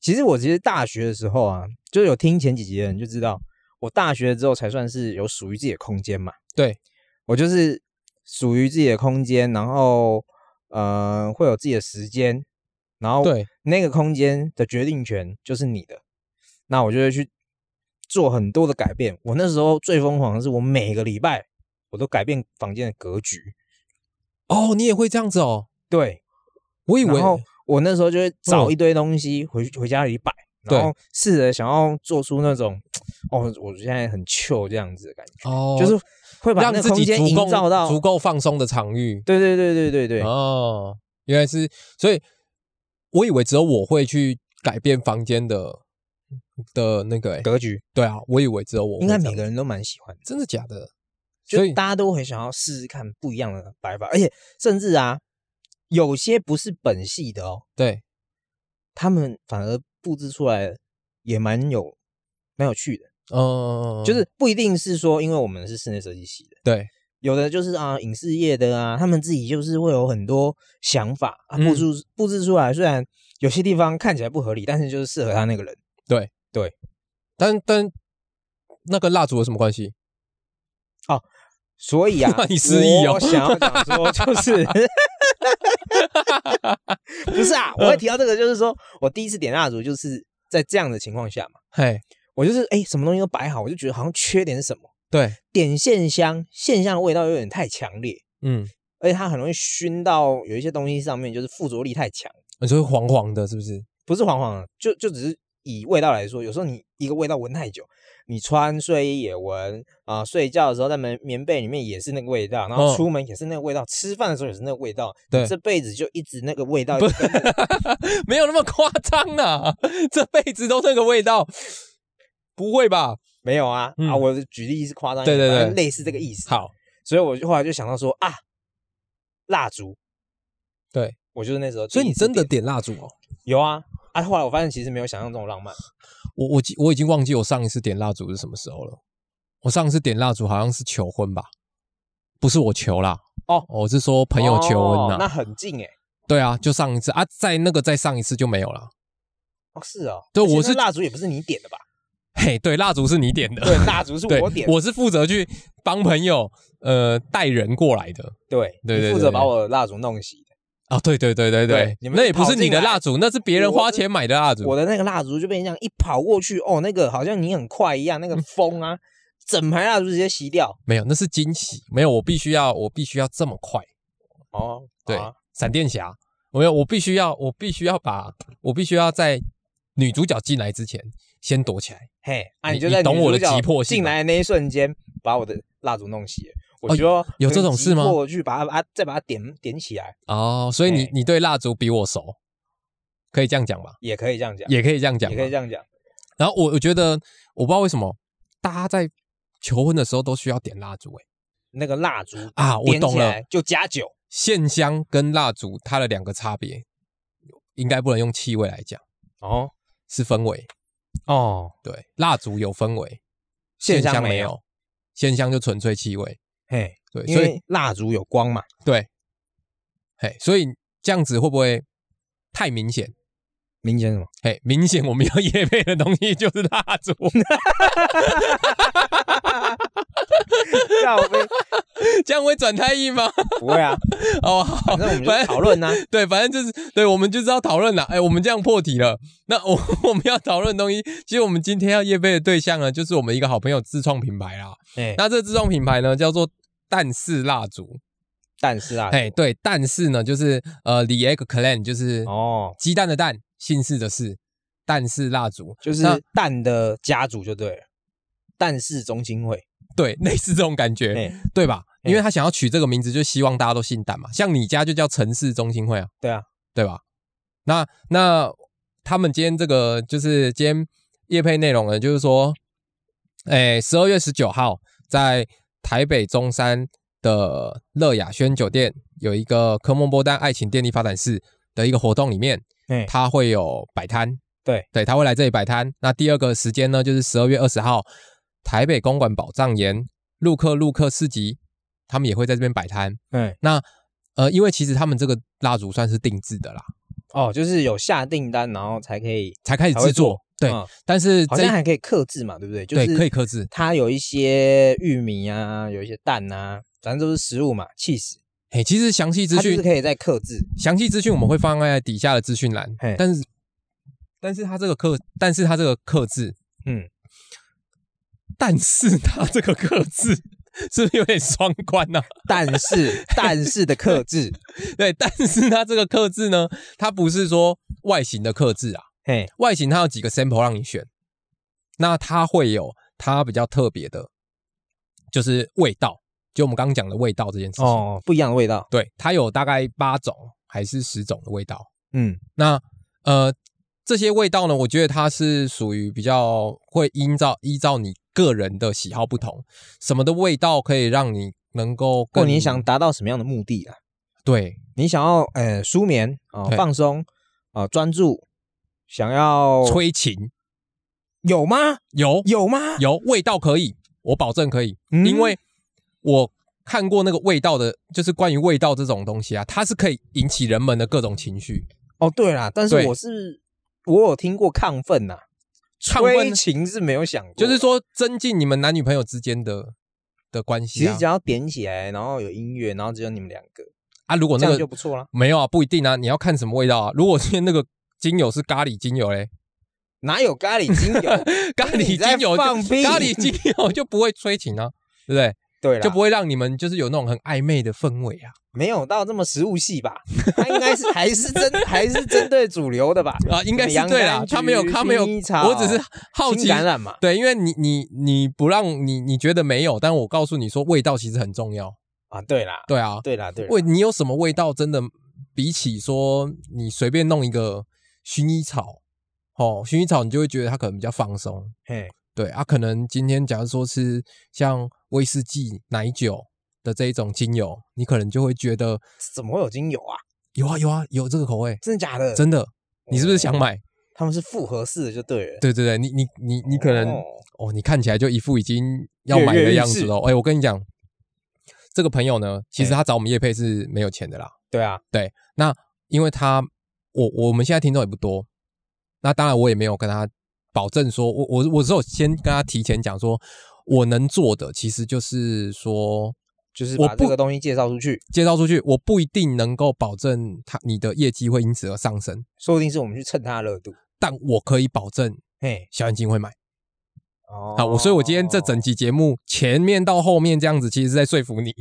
Speaker 2: 其实我其实大学的时候啊，就有听前几集的人就知道，我大学之后才算是有属于自己的空间嘛。
Speaker 1: 对
Speaker 2: 我就是属于自己的空间，然后呃会有自己的时间，然后
Speaker 1: 对
Speaker 2: 那个空间的决定权就是你的，那我就会去做很多的改变。我那时候最疯狂的是，我每个礼拜我都改变房间的格局。
Speaker 1: 哦，你也会这样子哦？
Speaker 2: 对，
Speaker 1: 我以为
Speaker 2: 然后我那时候就会找
Speaker 1: 嗯
Speaker 2: 一堆东西回去回家里摆，
Speaker 1: 对
Speaker 2: 然后试着想要做出那种哦，我现在很 chill 这样子的感觉，
Speaker 1: 哦，
Speaker 2: 就是会把
Speaker 1: 让
Speaker 2: 那个
Speaker 1: 自
Speaker 2: 空
Speaker 1: 己
Speaker 2: 间
Speaker 1: 足
Speaker 2: 营
Speaker 1: 够
Speaker 2: 造到
Speaker 1: 足够放松的场域。
Speaker 2: 对对对对对对，
Speaker 1: 哦，原来是，所以我以为只有我会去改变房间的的那个、欸，
Speaker 2: 格局
Speaker 1: 对啊，我以为只有我会
Speaker 2: 应该
Speaker 1: 这
Speaker 2: 每
Speaker 1: 样
Speaker 2: 个人都蛮喜欢的，
Speaker 1: 真的假的？所
Speaker 2: 就
Speaker 1: 以
Speaker 2: 大家都很想要试试看不一样的摆法，而且甚至啊，有些不是本系的哦，
Speaker 1: 对
Speaker 2: 他们反而布置出来也蛮有蛮有趣的，
Speaker 1: 嗯，
Speaker 2: 就是不一定是说因为我们是室内设计系的。
Speaker 1: 对
Speaker 2: 有的就是啊，影视业的啊，他们自己就是会有很多想法啊，
Speaker 1: 嗯
Speaker 2: 布置、布置出来，虽然有些地方看起来不合理，但是就是适合他那个人。
Speaker 1: 对
Speaker 2: 对，
Speaker 1: 但但那跟蜡烛有什么关系？
Speaker 2: 所
Speaker 1: ，
Speaker 2: 以啊
Speaker 1: 你失忆哦
Speaker 2: 我想要讲说，就是 不是啊？
Speaker 1: 嗯
Speaker 2: 我会提到这个，就是说我第一次点蜡烛，就是在这样的情况下嘛，
Speaker 1: 嘿，
Speaker 2: 我就是哎、什么东西都摆好，我就觉得好像缺点什么。
Speaker 1: 对，
Speaker 2: 点线香，线香的味道有点太强烈，
Speaker 1: 嗯，
Speaker 2: 而且它很容易熏到有一些东西上面，就是附着力太强。
Speaker 1: 你说黄黄的，是不是？
Speaker 2: 不是黄黄的，就就只是以味道来说，有时候你一个味道闻太久，你穿睡衣也闻啊、睡觉的时候在棉棉被里面也是那个味道，然后
Speaker 1: 嗯
Speaker 2: 出门也是那个味道，吃饭的时候也是那个味道，
Speaker 1: 对
Speaker 2: 你这辈子就一直那个味道，一直 跟着
Speaker 1: 没有那么夸张啊， 这辈子都那个味道，不会吧？
Speaker 2: 没有啊、
Speaker 1: 嗯
Speaker 2: 啊！我的举例是夸张一
Speaker 1: 对
Speaker 2: 点，
Speaker 1: 对对
Speaker 2: 反正类似这个意思。
Speaker 1: 好，
Speaker 2: 所以我就后来就想到说啊，蜡烛，
Speaker 1: 对
Speaker 2: 我就是那时候第
Speaker 1: 所
Speaker 2: 一次点，
Speaker 1: 以你真的点蜡烛哦？
Speaker 2: 有啊啊！后来我发现其实没有想象中的浪漫，
Speaker 1: 我我记我已经忘记我上一次点蜡烛是什么时候了。我上一次点蜡烛好像是求婚吧，不是我求啦，
Speaker 2: 哦
Speaker 1: 我是说朋友求婚
Speaker 2: 哦
Speaker 1: 呐、
Speaker 2: 那很近哎、
Speaker 1: 对啊，就上一次啊，在那个再上一次就没有了。
Speaker 2: 哦是哦，
Speaker 1: 对
Speaker 2: 而且
Speaker 1: 我
Speaker 2: 那
Speaker 1: 是
Speaker 2: 蜡烛也不是你点的 吧？
Speaker 1: 嘿，对，蜡烛是你点的，
Speaker 2: 对，蜡烛是
Speaker 1: 对，
Speaker 2: 我点的
Speaker 1: 我是负责去帮朋友呃带人过来的。
Speaker 2: 对
Speaker 1: 对
Speaker 2: 你
Speaker 1: 对
Speaker 2: 负
Speaker 1: 对
Speaker 2: 责
Speaker 1: 对
Speaker 2: 把我的蜡烛弄熄的。
Speaker 1: 啊，对对对对
Speaker 2: 对你们
Speaker 1: 那也不
Speaker 2: 跑
Speaker 1: 是你
Speaker 2: 进
Speaker 1: 的
Speaker 2: 来
Speaker 1: 蜡烛，那是别人
Speaker 2: 我
Speaker 1: 花
Speaker 2: 是
Speaker 1: 钱买的蜡烛。
Speaker 2: 我的那个蜡烛就被人这样一跑过去，哦，那个好像你很快一
Speaker 1: 嗯
Speaker 2: 样，那个风啊，整排蜡烛直接熄掉。
Speaker 1: 没有，那是惊喜，没有，我必须要，我必须要这么快。
Speaker 2: 哦，
Speaker 1: 对，
Speaker 2: 啊
Speaker 1: 闪电侠，我没有，我必须要，我必须要把，我必须要在女主角进来之前先躲起来。
Speaker 2: 嘿，啊，
Speaker 1: 你
Speaker 2: 你就
Speaker 1: 你
Speaker 2: 在
Speaker 1: 懂
Speaker 2: 女
Speaker 1: 我的
Speaker 2: 主角
Speaker 1: 急迫性
Speaker 2: 进
Speaker 1: 吗
Speaker 2: 来的那一瞬间，把我的蜡烛弄熄了。
Speaker 1: 哦
Speaker 2: 我觉得
Speaker 1: 有这种事吗
Speaker 2: 过去把它把它再把它点点起来，
Speaker 1: 哦，所以你
Speaker 2: 哎
Speaker 1: 你对蜡烛比我熟，可以这样讲吧？
Speaker 2: 也可以这样讲，
Speaker 1: 也可以这样讲吧，
Speaker 2: 也可以这样讲。
Speaker 1: 然后我我觉得，我不知道为什么大家在求婚的时候都需要点蜡烛、欸，
Speaker 2: 那个蜡烛
Speaker 1: 啊，我
Speaker 2: 点
Speaker 1: 懂
Speaker 2: 起
Speaker 1: 了
Speaker 2: 来，就加酒。
Speaker 1: 线香跟蜡烛它的两个差别，应该不能用气味来讲，
Speaker 2: 哦
Speaker 1: 是氛围。
Speaker 2: 哦，
Speaker 1: 对，蜡烛有氛围，
Speaker 2: 线香
Speaker 1: 香
Speaker 2: 没有
Speaker 1: 有，线香就纯粹气味。
Speaker 2: 嘿，
Speaker 1: 对，
Speaker 2: 因
Speaker 1: 所以
Speaker 2: 为蜡烛有光嘛，
Speaker 1: 对，嘿，所以这样子会不会太明显？
Speaker 2: 明显什么？
Speaker 1: 嘿，明显我们要 夜配的东西就是蜡烛，
Speaker 2: 要不
Speaker 1: 这样会转太硬吗？
Speaker 2: 不会啊，
Speaker 1: 哦，好，
Speaker 2: 反正我们
Speaker 1: 反
Speaker 2: 就
Speaker 1: 正
Speaker 2: 讨论啊呐。
Speaker 1: 对，反正就是对，我们就是要讨论啦。哎，我们这样破题了，那我 我们要讨论的东西，其实我们今天要夜配的对象呢，就是我们一个好朋友自创品牌啦。
Speaker 2: 哎，
Speaker 1: 那这自创品牌呢，叫做蛋式蜡烛。
Speaker 2: 但是啊，
Speaker 1: 哎，对，蛋式呢，就是呃，the egg clan，就是
Speaker 2: 哦，
Speaker 1: 鸡蛋的蛋，姓氏的氏，蛋式蜡烛，
Speaker 2: 就是
Speaker 1: 那
Speaker 2: 蛋的家族就对了，蛋氏中心会，
Speaker 1: 对，类似这种感觉，
Speaker 2: 哎，
Speaker 1: 对吧？
Speaker 2: 哎
Speaker 1: 因为他想要取这个名字，就希望大家都姓蛋嘛。像你家就叫城市中心会啊，
Speaker 2: 对啊，
Speaker 1: 对吧？那那他们今天这个就是今天夜配内容呢，就是说，哎，十二月十九号在台北中山的乐雅轩酒店有一个科梦波丹爱情电力发展室的一个活动里面，
Speaker 2: 哎，
Speaker 1: 它会有摆摊，
Speaker 2: 对
Speaker 1: 对，它会来这里摆摊。那第二个时间呢，就是十二月二十号，台北公馆宝藏岩陆客陆客市集，他们也会在这边摆摊。
Speaker 2: 哎，
Speaker 1: 那呃，因为其实他们这个蜡烛算是定制的啦，
Speaker 2: 哦，就是有下订单，然后才可以，
Speaker 1: 才开始制
Speaker 2: 才会
Speaker 1: 作
Speaker 2: 做，
Speaker 1: 对，
Speaker 2: 嗯
Speaker 1: 但是
Speaker 2: 好
Speaker 1: 这
Speaker 2: 像还可以克制嘛，对不对？就
Speaker 1: 对可以
Speaker 2: 是
Speaker 1: 克制，
Speaker 2: 它有一些玉米啊，有一些蛋啊，反正都是食物嘛，气死，
Speaker 1: 嘿，其实详细资
Speaker 2: 它就
Speaker 1: 讯
Speaker 2: 是可以再克制，
Speaker 1: 详细资讯我们会放在底下的资讯栏
Speaker 2: 嘿，
Speaker 1: 但是但是它这个克，但是它这个克制，
Speaker 2: 嗯，
Speaker 1: 但是它这个克制 是不是有点双关啊呢、
Speaker 2: 但 是但是的克制，
Speaker 1: 对，但是它这个克制呢，它不是说外形的克制啊，
Speaker 2: 嘿，
Speaker 1: 外形它有几个 sample 让你选，那它会有它比较特别的，就是味道，就我们刚刚讲的味道这件事情。
Speaker 2: 哦，不一样的味道，
Speaker 1: 对，它有大概八种还是十种的味道。
Speaker 2: 嗯，
Speaker 1: 那呃，这些味道呢，我觉得它是属于比较会依照依照你个人的喜好不同，什么的味道可以让你能够
Speaker 2: 或
Speaker 1: 更
Speaker 2: 哦你想达到什么样的目的啊？
Speaker 1: 对
Speaker 2: 你想要呃舒眠啊、
Speaker 1: 对
Speaker 2: 放松啊、专注，想要
Speaker 1: 催情
Speaker 2: 有吗？
Speaker 1: 有
Speaker 2: 有吗？
Speaker 1: 有味道可以，我保证可以，
Speaker 2: 嗯
Speaker 1: 因为我看过那个味道的，就是关于味道这种东西啊，它是可以引起人们的各种情绪。
Speaker 2: 哦，对啦，但是
Speaker 1: 对
Speaker 2: 我是我有听过亢奋呐、
Speaker 1: 亢奋
Speaker 2: 催情是没有想过，
Speaker 1: 就是说增进你们男女朋友之间的的关
Speaker 2: 其
Speaker 1: 系
Speaker 2: 实
Speaker 1: 啊
Speaker 2: 只。要点起来，然后有音乐，然后只有你们两个，
Speaker 1: 啊，如果
Speaker 2: 这
Speaker 1: 那
Speaker 2: 样就
Speaker 1: 个
Speaker 2: 不错啦。
Speaker 1: 没有啊，不一定啊，你要看什么味道啊。如果今天那个精油是咖喱精油嘞，
Speaker 2: 哪有咖喱精油？
Speaker 1: 咖喱
Speaker 2: 你在
Speaker 1: 精油就
Speaker 2: 放屁
Speaker 1: 咖喱精油就不会催情啊，对不对？
Speaker 2: 对啦，
Speaker 1: 就不会让你们就是有那种很暧昧的氛围啊。
Speaker 2: 没有到这么食物系吧？他应该是还是针还是针对主流的吧？
Speaker 1: 啊，应该是对啦，他没有，他没有，我只是好奇
Speaker 2: 情。感染嘛。
Speaker 1: 对，因为你你你不让你你觉得没有，但我告诉你说，味道其实很重要。
Speaker 2: 啊，对啦，
Speaker 1: 对啊，
Speaker 2: 对啦，对啦，
Speaker 1: 味你有什么味道，真的比起说你随便弄一个薰衣草，哦，薰衣草你就会觉得它可能比较放松。
Speaker 2: 嘿，
Speaker 1: 对啊，可能今天假如说是像威士忌、奶酒的这一种精油，你可能就会觉得
Speaker 2: 怎么会有精油啊？
Speaker 1: 有啊有啊有这个口味，
Speaker 2: 真的假的？
Speaker 1: 真的，你是不是想买？
Speaker 2: 他们是复合式的就对了。
Speaker 1: 对对对，你你你你可能
Speaker 2: 哦
Speaker 1: 哦，你看起来就一副已经要买
Speaker 2: 跃跃
Speaker 1: 的
Speaker 2: 欲
Speaker 1: 样子
Speaker 2: 试
Speaker 1: 了。哎，我跟你讲，这个朋友呢，其实
Speaker 2: 哎
Speaker 1: 他找我们叶配是没有钱的啦。
Speaker 2: 对啊，
Speaker 1: 那因为他，我我们现在听众也不多，那当然我也没有跟他保证说，我我我只有先跟他提前讲说，我能做的其实就是说
Speaker 2: 就是
Speaker 1: 我
Speaker 2: 把
Speaker 1: 不
Speaker 2: 这个东西介绍出去，
Speaker 1: 介绍出去，我不一定能够保证他你的业绩会因此而上升，
Speaker 2: 说不定是我们去蹭它的热度。
Speaker 1: 但我可以保证
Speaker 2: 嘿，
Speaker 1: 小眼睛会买。
Speaker 2: 哦
Speaker 1: 好，我所以，我今天这整集节目前面到后面这样子，其实是在说服你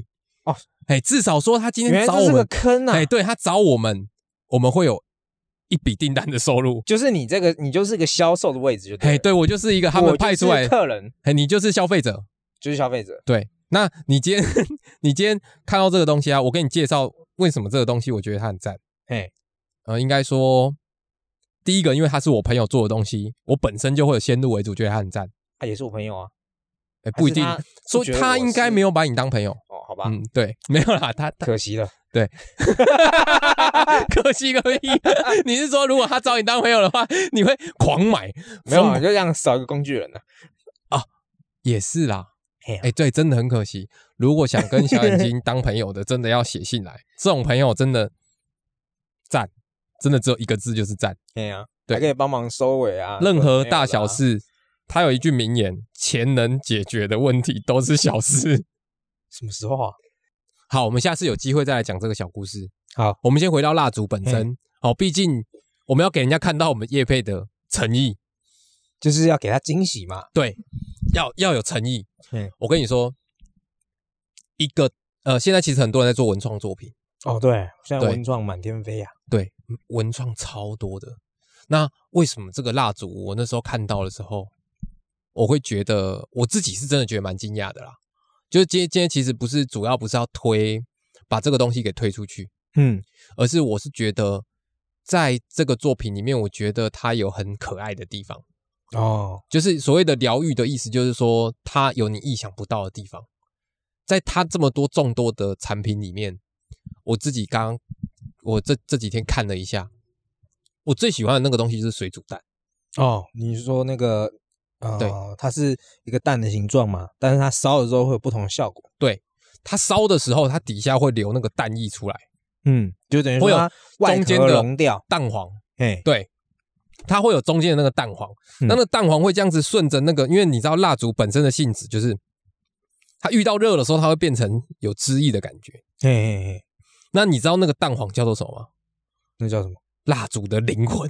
Speaker 2: 哦。
Speaker 1: 哎，至少说他今
Speaker 2: 原来
Speaker 1: 天找
Speaker 2: 这
Speaker 1: 我
Speaker 2: 是个
Speaker 1: 们，
Speaker 2: 坑啊
Speaker 1: 哎，！对他找我们，我们会有一笔订单的收入。
Speaker 2: 就是你这个，你就是个销售的位置就
Speaker 1: 哎，
Speaker 2: 对了。
Speaker 1: 对我就是一个他们
Speaker 2: 我就是
Speaker 1: 派出来，
Speaker 2: 客人
Speaker 1: 哎，你就是消费者。
Speaker 2: 就是消费者。
Speaker 1: 对，那你今天 你今天看到这个东西啊，我给你介绍为什么这个东西我觉得它很赞。
Speaker 2: 嘿，
Speaker 1: 呃，应该说第一个，因为它是我朋友做的东西，我本身就会有先入为主，觉得它很赞。
Speaker 2: 他也是我朋友啊。
Speaker 1: 哎，不一定
Speaker 2: 还是他，
Speaker 1: 所
Speaker 2: 不
Speaker 1: 以
Speaker 2: 觉得
Speaker 1: 他
Speaker 2: 我
Speaker 1: 应该
Speaker 2: 是
Speaker 1: 没有把你当朋友。
Speaker 2: 哦，好吧，
Speaker 1: 嗯，对，没有啦，他他
Speaker 2: 可惜了。
Speaker 1: 可惜个屁！你是说如果他找你当朋友的话，你会狂买？
Speaker 2: 没有
Speaker 1: 疯
Speaker 2: 啊，
Speaker 1: 买
Speaker 2: 就这样少一个工具人了。啊
Speaker 1: 也是啦。
Speaker 2: 嘿啊
Speaker 1: 哎、对，真的很可惜。如果想跟小眼睛当朋友的，真的要写信 来。这种朋友真的赞，真的只有一个字就是赞。
Speaker 2: 对呀，
Speaker 1: 对
Speaker 2: 啊还可以帮忙收尾啊，
Speaker 1: 任
Speaker 2: 或者
Speaker 1: 何
Speaker 2: 没有
Speaker 1: 大
Speaker 2: 啦
Speaker 1: 小，事，他有一句名言：钱能解决的问题都是小 事。
Speaker 2: 什么时候啊？
Speaker 1: 好，我们下次有机会再来讲这个小故事。
Speaker 2: 好，
Speaker 1: 我们先回到蜡烛本身。好、毕竟我们要给人家看到我们叶配的诚意。
Speaker 2: 就是要给他惊喜嘛。
Speaker 1: 对，要要有诚意。
Speaker 2: 嗯
Speaker 1: 我跟你说，一个呃，现在其实很多人在做文创作品，
Speaker 2: 哦，对，现在
Speaker 1: 对
Speaker 2: 文创满天飞呀。啊
Speaker 1: 对，文创超多的。那为什么这个蜡烛我那时候看到的时候，我会觉得我自己是真的觉得蛮惊讶的啦。就是今天今天其实不是主要不是要推把这个东西给推出去，
Speaker 2: 嗯，
Speaker 1: 而是我是觉得在这个作品里面，我觉得它有很可爱的地方，
Speaker 2: 哦，
Speaker 1: 就是所谓的疗愈的意思，就是说它有你意想不到的地方。在它这么多众多的产品里面，我自己刚我这这几天看了一下，我最喜欢的那个东西是水煮蛋，
Speaker 2: 哦，你是说那个呃，
Speaker 1: 对
Speaker 2: 它是一个蛋的形状嘛，但是它烧了之后会有不同的效果。
Speaker 1: 它烧的时候，它底下会流那个蛋液出来，
Speaker 2: 嗯，就等于
Speaker 1: 会
Speaker 2: 说
Speaker 1: 有
Speaker 2: 它外
Speaker 1: 中间
Speaker 2: 壳
Speaker 1: 的
Speaker 2: 融掉，
Speaker 1: 蛋黄，
Speaker 2: 嘿，
Speaker 1: 对，它会有中间的那个蛋黄，
Speaker 2: 嗯
Speaker 1: 那那个蛋黄会这样子顺着那个，因为你知道蜡烛本身的性质就是，它遇到热的时候，它会变成有汁液的感觉。
Speaker 2: 嘿嘿嘿，
Speaker 1: 那你知道那个蛋黄叫做什么吗？
Speaker 2: 那叫什么？
Speaker 1: 蜡烛的灵魂，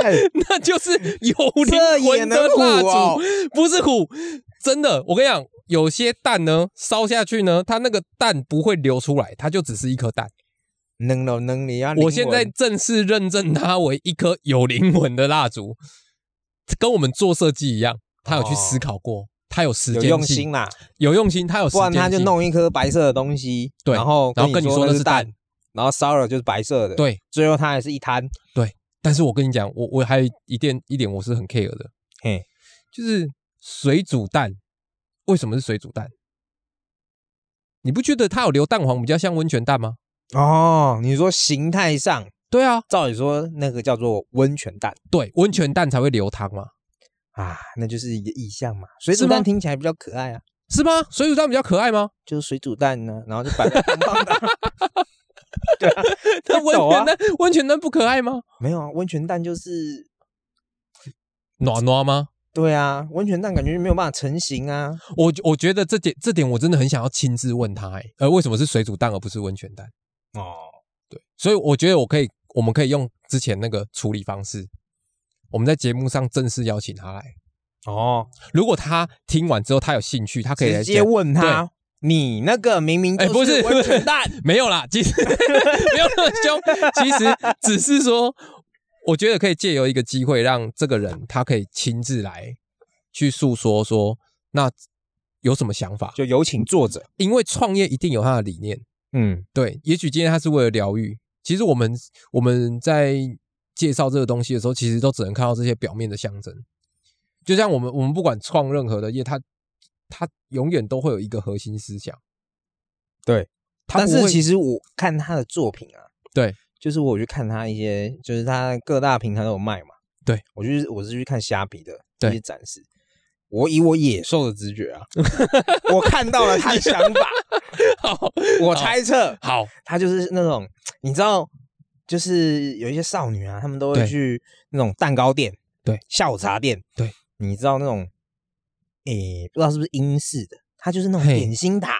Speaker 2: 干
Speaker 1: 那就是有
Speaker 2: 这
Speaker 1: 灵
Speaker 2: 也
Speaker 1: 魂的
Speaker 2: 能
Speaker 1: 蜡
Speaker 2: 唬哦
Speaker 1: 烛，不是虎，真的，我跟你讲，有些蛋呢烧下去呢，它那个蛋不会流出来，它就只是一颗蛋。
Speaker 2: 能了能你啊！
Speaker 1: 我现在
Speaker 2: 灵
Speaker 1: 正式认证它为一颗有灵魂的蜡烛，跟我们做设计一样，他有去
Speaker 2: 哦
Speaker 1: 思考过，他有时
Speaker 2: 魂有
Speaker 1: 间
Speaker 2: 用
Speaker 1: 性
Speaker 2: 心，啦，
Speaker 1: 有用心，他有时
Speaker 2: 不然
Speaker 1: 间
Speaker 2: 他就
Speaker 1: 性
Speaker 2: 弄一颗白色的东西，
Speaker 1: 对
Speaker 2: 然后
Speaker 1: 然后跟你说
Speaker 2: 那
Speaker 1: 那是蛋
Speaker 2: 蛋，然后烧了就是白色的，，
Speaker 1: 对。
Speaker 2: 最后它还是一滩，
Speaker 1: 但是我跟你讲，我我还有一点一点我是很 care 的，
Speaker 2: 嘿，
Speaker 1: 就是水煮蛋，为什么是水煮蛋？你不觉得它有流蛋黄比较像温泉蛋吗？
Speaker 2: 哦，你说形态上，
Speaker 1: 对啊，
Speaker 2: 照理说那个叫做温泉蛋
Speaker 1: 对，温泉蛋才会流汤嘛，
Speaker 2: 啊，那就是一个意象嘛。水
Speaker 1: 是
Speaker 2: 煮
Speaker 1: 吗
Speaker 2: 蛋听起来比较可爱啊，
Speaker 1: 是吗？水煮蛋比较可爱吗？
Speaker 2: 就是水煮蛋呢，然后就摆在棒棒的，啊 对 啊，
Speaker 1: 那 温
Speaker 2: 懂
Speaker 1: 泉
Speaker 2: 啊
Speaker 1: 蛋，温泉蛋不可爱吗？
Speaker 2: 没有啊，温泉蛋就是。
Speaker 1: 暖暖吗？
Speaker 2: 对啊，温泉蛋感觉就没有办法成型啊！
Speaker 1: 我我觉得这点这点我真的很想要亲自问他、欸，呃，为什么是水煮蛋而不是温泉蛋？
Speaker 2: 哦，
Speaker 1: 对，所以我觉得我可以，我们可以用之前那个处理方式，我们在节目上正式邀请他来。
Speaker 2: 哦，
Speaker 1: 如果他听完之后他有兴趣，他可以来
Speaker 2: 直接
Speaker 1: 讲
Speaker 2: 问他，你那个明明
Speaker 1: 哎
Speaker 2: 就
Speaker 1: 不是
Speaker 2: 温泉蛋，
Speaker 1: 没有啦，其实 没有那么凶，其实只是说，我觉得可以借由一个机会，让这个人他可以亲自来去诉说说，那有什么想法？
Speaker 2: 就有请作者。
Speaker 1: 因为创业一定有他的理念，
Speaker 2: 嗯，
Speaker 1: 对，也许今天他是为了疗愈。其实我们我们在介绍这个东西的时候，其实都只能看到这些表面的象征。就像我们我们不管创任何的业，它它永远都会有一个核心思想。
Speaker 2: 对，
Speaker 1: 它
Speaker 2: 但
Speaker 1: 不
Speaker 2: 是
Speaker 1: 会
Speaker 2: 其实我看他的作品啊，
Speaker 1: 对，
Speaker 2: 就是我去看他一些，就是他各大平台都有卖嘛。
Speaker 1: 对，
Speaker 2: 我就是我是去看虾皮的
Speaker 1: 对
Speaker 2: 一些展示。我以我野兽的直觉 啊，我看到了他的想法，
Speaker 1: 好
Speaker 2: 我猜测
Speaker 1: 好
Speaker 2: 他就是那种，你知道，就是有一些少女啊，她们都会
Speaker 1: 对
Speaker 2: 去那种蛋糕店、
Speaker 1: 对
Speaker 2: 下午茶店，
Speaker 1: 对，
Speaker 2: 你知道那种，诶，不知道是不是英式的，它就是那种
Speaker 1: 嘿
Speaker 2: 点心塔，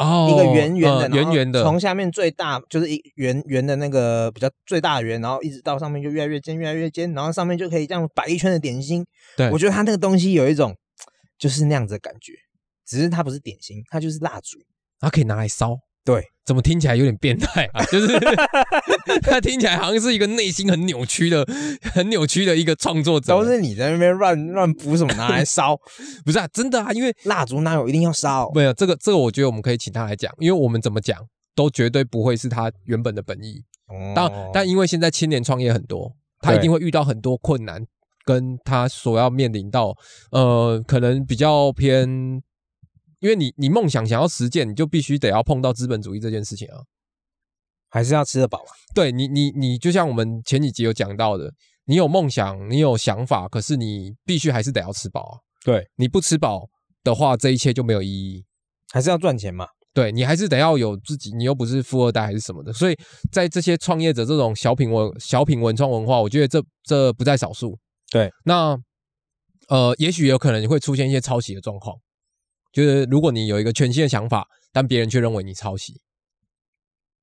Speaker 1: 哦，
Speaker 2: 一个圆圆的，
Speaker 1: 呃圆圆的
Speaker 2: 然后，从下面最大就是一圆圆的那个比较最大的圆，然后一直到上面就越来越尖，越来越尖，然后上面就可以这样摆一圈的点心。
Speaker 1: 对
Speaker 2: 我觉得它那个东西有一种就是那样子的感觉，只是它不是点心，它就是蜡烛。
Speaker 1: 它可以拿来烧。
Speaker 2: 对，
Speaker 1: 怎么听起来有点变态啊？就是 它听起来好像是一个内心很扭曲的、很扭曲的一个创作者。
Speaker 2: 都是你在那边乱乱补什么拿 来烧
Speaker 1: 不是啊？真的啊，因为
Speaker 2: 蜡烛，哪有一定要烧？
Speaker 1: 没有这个，这个我觉得我们可以请他来讲，因为我们怎么讲都绝对不会是他原本的本意。当、
Speaker 2: 哦
Speaker 1: 但因为现在青年创业很多，他一
Speaker 2: 对
Speaker 1: 定会遇到很多困难，跟他所要面临到呃，可能比较偏，因为你你梦想想要实践，你就必须得要碰到资本主义这件事情啊。
Speaker 2: 还是要吃得饱啊嘛。
Speaker 1: 对你，你你就像我们前几集有讲到的，你有梦想，你有想法，可是你必须还是得要吃饱啊。
Speaker 2: 对，
Speaker 1: 你不吃饱的话，这一切就没有意义。
Speaker 2: 还是要赚钱嘛。
Speaker 1: 对你还是得要有自己，你又不是富二代还是什么的，所以在这些创业者这种小品文、小品文创文化，我觉得这这不在少数。
Speaker 2: 对，
Speaker 1: 那呃，也许有可能会出现一些抄袭的状况，就是如果你有一个全新的想法，但别人却认为你抄袭，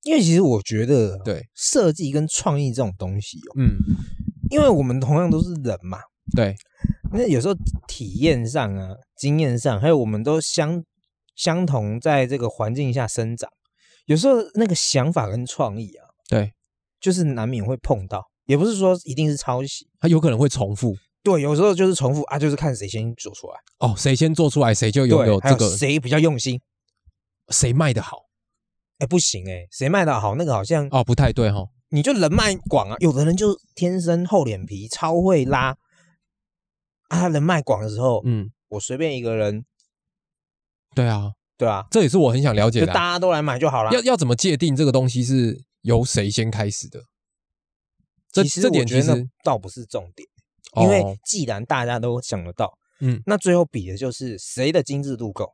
Speaker 2: 因为其实我觉得，
Speaker 1: 对
Speaker 2: 设计跟创意这种东西、哦，
Speaker 1: 嗯，
Speaker 2: 因为我们同样都是人嘛，
Speaker 1: 对，
Speaker 2: 那有时候体验上啊、经验上，还有我们都相相同在这个环境下生长，有时候那个想法跟创意啊，
Speaker 1: 对，
Speaker 2: 就是难免会碰到，也不是说一定是抄袭。
Speaker 1: 它有可能会重复
Speaker 2: 对，有时候就是重复啊，就是看谁先做出来，
Speaker 1: 哦，谁先做出来谁就拥
Speaker 2: 对，
Speaker 1: 有
Speaker 2: 还
Speaker 1: 这
Speaker 2: 有
Speaker 1: 个，
Speaker 2: 谁比较用心。
Speaker 1: 谁卖的好
Speaker 2: 哎，不行哎、谁卖的好，那个好像
Speaker 1: 哦，不太对哈、哦，
Speaker 2: 你就人脉广啊，有的人就天生厚脸皮，超会拉啊。他人脉广的时候，
Speaker 1: 嗯，
Speaker 2: 我随便一个人，
Speaker 1: 对啊，
Speaker 2: 对啊，
Speaker 1: 这也是我很想了解
Speaker 2: 就
Speaker 1: 的
Speaker 2: 大
Speaker 1: 啊、
Speaker 2: 家都来买就好了。
Speaker 1: 要要怎么界定这个东西是由谁先开始的？这
Speaker 2: 其实
Speaker 1: 这
Speaker 2: 我
Speaker 1: 点
Speaker 2: 觉
Speaker 1: 其
Speaker 2: 得
Speaker 1: 实
Speaker 2: 那倒不是重点，因为
Speaker 1: 哦
Speaker 2: 既然大家都想得到，
Speaker 1: 嗯，
Speaker 2: 那最后比的就是谁的精致度够，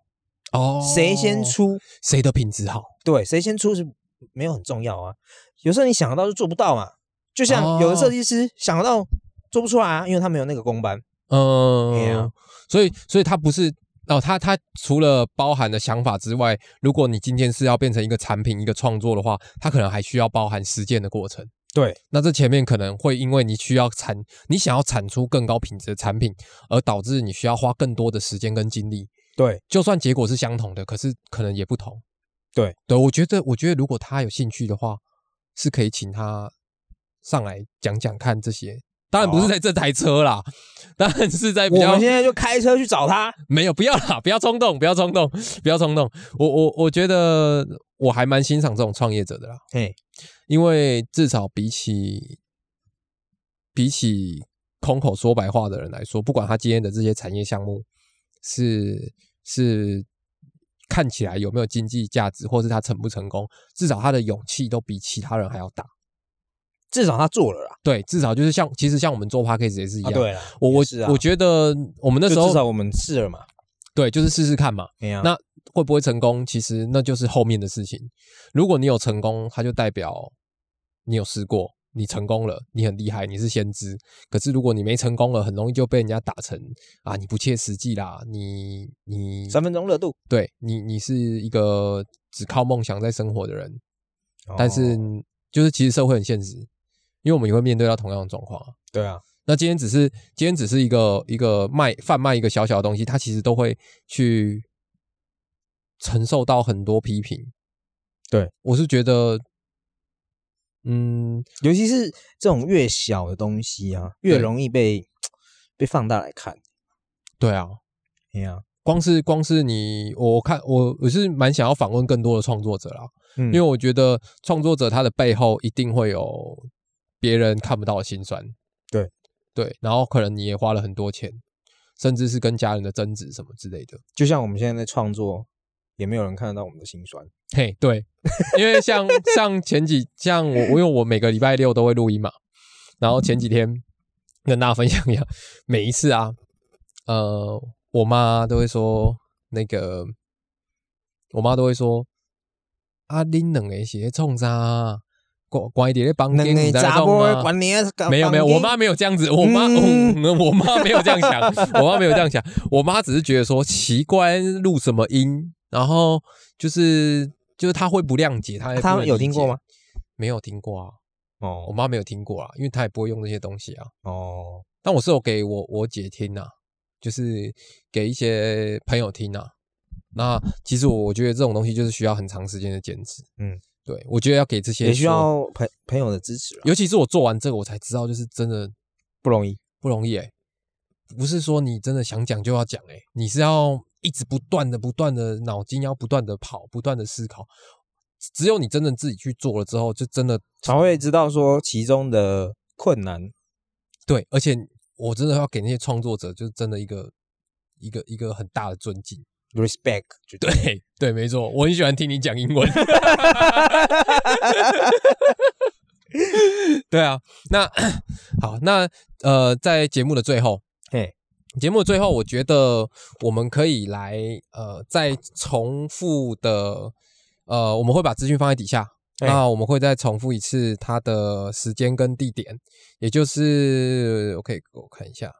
Speaker 1: 哦
Speaker 2: 谁先出，
Speaker 1: 谁的品质好，
Speaker 2: 对，谁先出是没有很重要啊。有时候你想得到就做不到嘛，就像有的
Speaker 1: 哦
Speaker 2: 设计师想得到做不出来啊，因为他没有那个工班。
Speaker 1: 嗯、
Speaker 2: 对啊
Speaker 1: 所以所以它不是哦，它它除了包含的想法之外，如果你今天是要变成一个产品、一个创作的话，它可能还需要包含实践的过程。
Speaker 2: 对，
Speaker 1: 那这前面可能会因为你需要产，你想要产出更高品质的产品，而导致你需要花更多的时间跟精力。
Speaker 2: 对，
Speaker 1: 就算结果是相同的，可是可能也不同。
Speaker 2: 对，
Speaker 1: 对我觉得，我觉得如果他有兴趣的话，是可以请他上来讲讲看这些。当然不是
Speaker 2: 好啊
Speaker 1: 在这台车啦，当然是在哎比
Speaker 2: 我
Speaker 1: 较
Speaker 2: 们现在就开车去找他。
Speaker 1: 没有，不要啦，不要冲动，不要冲动，不要冲动。我我我觉得我还蛮欣赏这种创业者的啦，
Speaker 2: 嘿，
Speaker 1: 因为至少比起比起空口说白话的人来说，不管他今天的这些产业项目是是看起来有没有经济价值，或是他成不成功，至少他的勇气都比其他人还要大。
Speaker 2: 至少他做了啦。
Speaker 1: 对，至少就是像其实像我们做 p a c k a g e 也是一
Speaker 2: 啊，
Speaker 1: 样。
Speaker 2: 对啦，
Speaker 1: 我
Speaker 2: 也
Speaker 1: 我
Speaker 2: 是啊，
Speaker 1: 我觉得我们那时
Speaker 2: 就至少
Speaker 1: 候
Speaker 2: 我们试了嘛。
Speaker 1: 对，就是试试看嘛。
Speaker 2: 没有，
Speaker 1: 那会不会成功，其实那就是后面的事情。如果你有成功，它就代表你有试过，你成功了，你很厉害，你是先知。可是如果你没成功了，很容易就被人家打成啊，你不切实际啦，你你
Speaker 2: 三分钟热度。
Speaker 1: 对你你是一个只靠梦想在生活的人，但是
Speaker 2: 哦
Speaker 1: 就是其实社会很现实，因为我们也会面对到同样的状况啊。
Speaker 2: 对啊，
Speaker 1: 那今天只是今天只是一个一个卖贩卖一个小小的东西，它其实都会去承受到很多批评。
Speaker 2: 对
Speaker 1: 我是觉得，嗯，
Speaker 2: 尤其是这种越小的东西啊，越
Speaker 1: 对
Speaker 2: 容易被被放大来看。
Speaker 1: 对啊，
Speaker 2: 哎呀，
Speaker 1: 光是光是你，我看我我是蛮想要访问更多的创作者啦，
Speaker 2: 嗯
Speaker 1: 因为我觉得创作者他的背后一定会有别人看不到的辛酸。
Speaker 2: 对
Speaker 1: 对，然后可能你也花了很多钱，甚至是跟家人的争执什么之类的。
Speaker 2: 就像我们现在在创作，也没有人看得到我们的辛酸。
Speaker 1: 嘿，对，因为像像前几像我，我因为我每个礼拜六都会录音嘛，然后前几天跟大家分享一下，每一次啊，呃，我妈都会说那个，我妈都会说啊，恁两个是在冲啥啊？关关一点在帮
Speaker 2: 那
Speaker 1: 你
Speaker 2: 你
Speaker 1: 在
Speaker 2: 咋
Speaker 1: 冲
Speaker 2: 不会
Speaker 1: 啊？
Speaker 2: 管你啊？
Speaker 1: 没有没有，我妈没有这样子，我妈、
Speaker 2: 嗯
Speaker 1: 嗯 我妈没有这样想，我妈没有这样想，我妈只是觉得说奇怪，录什么音，然后就是就是她会不谅解，她也不
Speaker 2: 她
Speaker 1: 能
Speaker 2: 有
Speaker 1: 理
Speaker 2: 听过
Speaker 1: 解
Speaker 2: 吗？
Speaker 1: 没有听过啊，我
Speaker 2: 哦
Speaker 1: 妈没有听过啊，因为她也不会用这些东西啊。
Speaker 2: 哦，
Speaker 1: 但我是有给我我姐听啊，就是给一些朋友听啊。那其实我我觉得这种东西就是需要很长时间的坚持，
Speaker 2: 嗯，
Speaker 1: 对我觉得要给这些
Speaker 2: 也需
Speaker 1: 说，
Speaker 2: 要朋朋友的支持啊，
Speaker 1: 尤其是我做完这个，我才知道就是真的
Speaker 2: 不容易。
Speaker 1: 不容易哎、不是说你真的想讲就要讲哎、你是要一直不断的、不断的脑筋要不断的跑、不断的思考。只有你真的自己去做了之后，就真的
Speaker 2: 才会知道说其中的困难。
Speaker 1: 对，而且我真的要给那些创作者，就是真的一个一个一个很大的尊敬。
Speaker 2: respect，就对，
Speaker 1: 对对，没错，我很喜欢听你讲英文。 对啊，那好，那呃，在节目的最后，
Speaker 2: 嘿，
Speaker 1: 节目的最后，我觉得我们可以来呃，再重复的呃，我们会把资讯放在底下。
Speaker 2: 嘿
Speaker 1: 那我们会再重复一次它的时间跟地点，也就是我可以我看一下，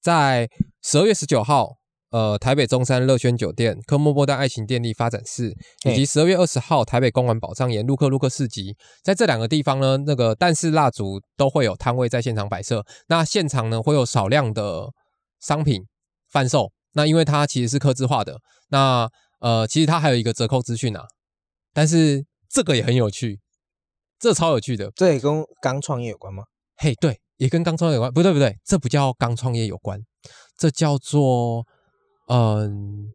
Speaker 1: 在十二月十九号，呃，台北中山乐轩酒店、科莫波丹爱情电力发展室，以
Speaker 2: 嘿
Speaker 1: 及十二月二十号台北公馆宝藏岩陆克陆克市集，在这两个地方呢，那个但是蜡烛都会有摊位在现场摆设，那现场呢会有少量的商品贩售。那因为它其实是刻字化的，那呃，其实它还有一个折扣资讯啊，但是这个也很有趣，这超有趣的。
Speaker 2: 这也跟刚创业有关吗？
Speaker 1: 嘿，对，也跟刚创业有关，不对不对，这不叫刚创业有关，这叫做嗯、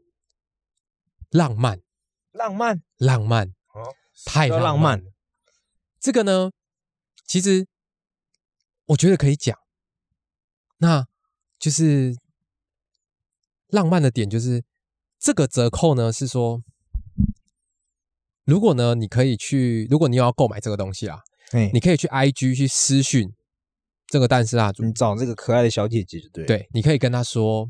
Speaker 1: 浪漫
Speaker 2: 浪漫，
Speaker 1: 浪漫
Speaker 2: 哦，
Speaker 1: 太
Speaker 2: 要浪漫
Speaker 1: 漫了。这个呢，其实我觉得可以讲，那就是浪漫的点就是这个折扣呢是说，如果呢你可以去，如果你要购买这个东西啊，
Speaker 2: 哎，
Speaker 1: 你可以去 IG 去私讯这个蛋是蜡烛，
Speaker 2: 你找这个可爱的小姐姐就对，，
Speaker 1: 对，你可以跟他说，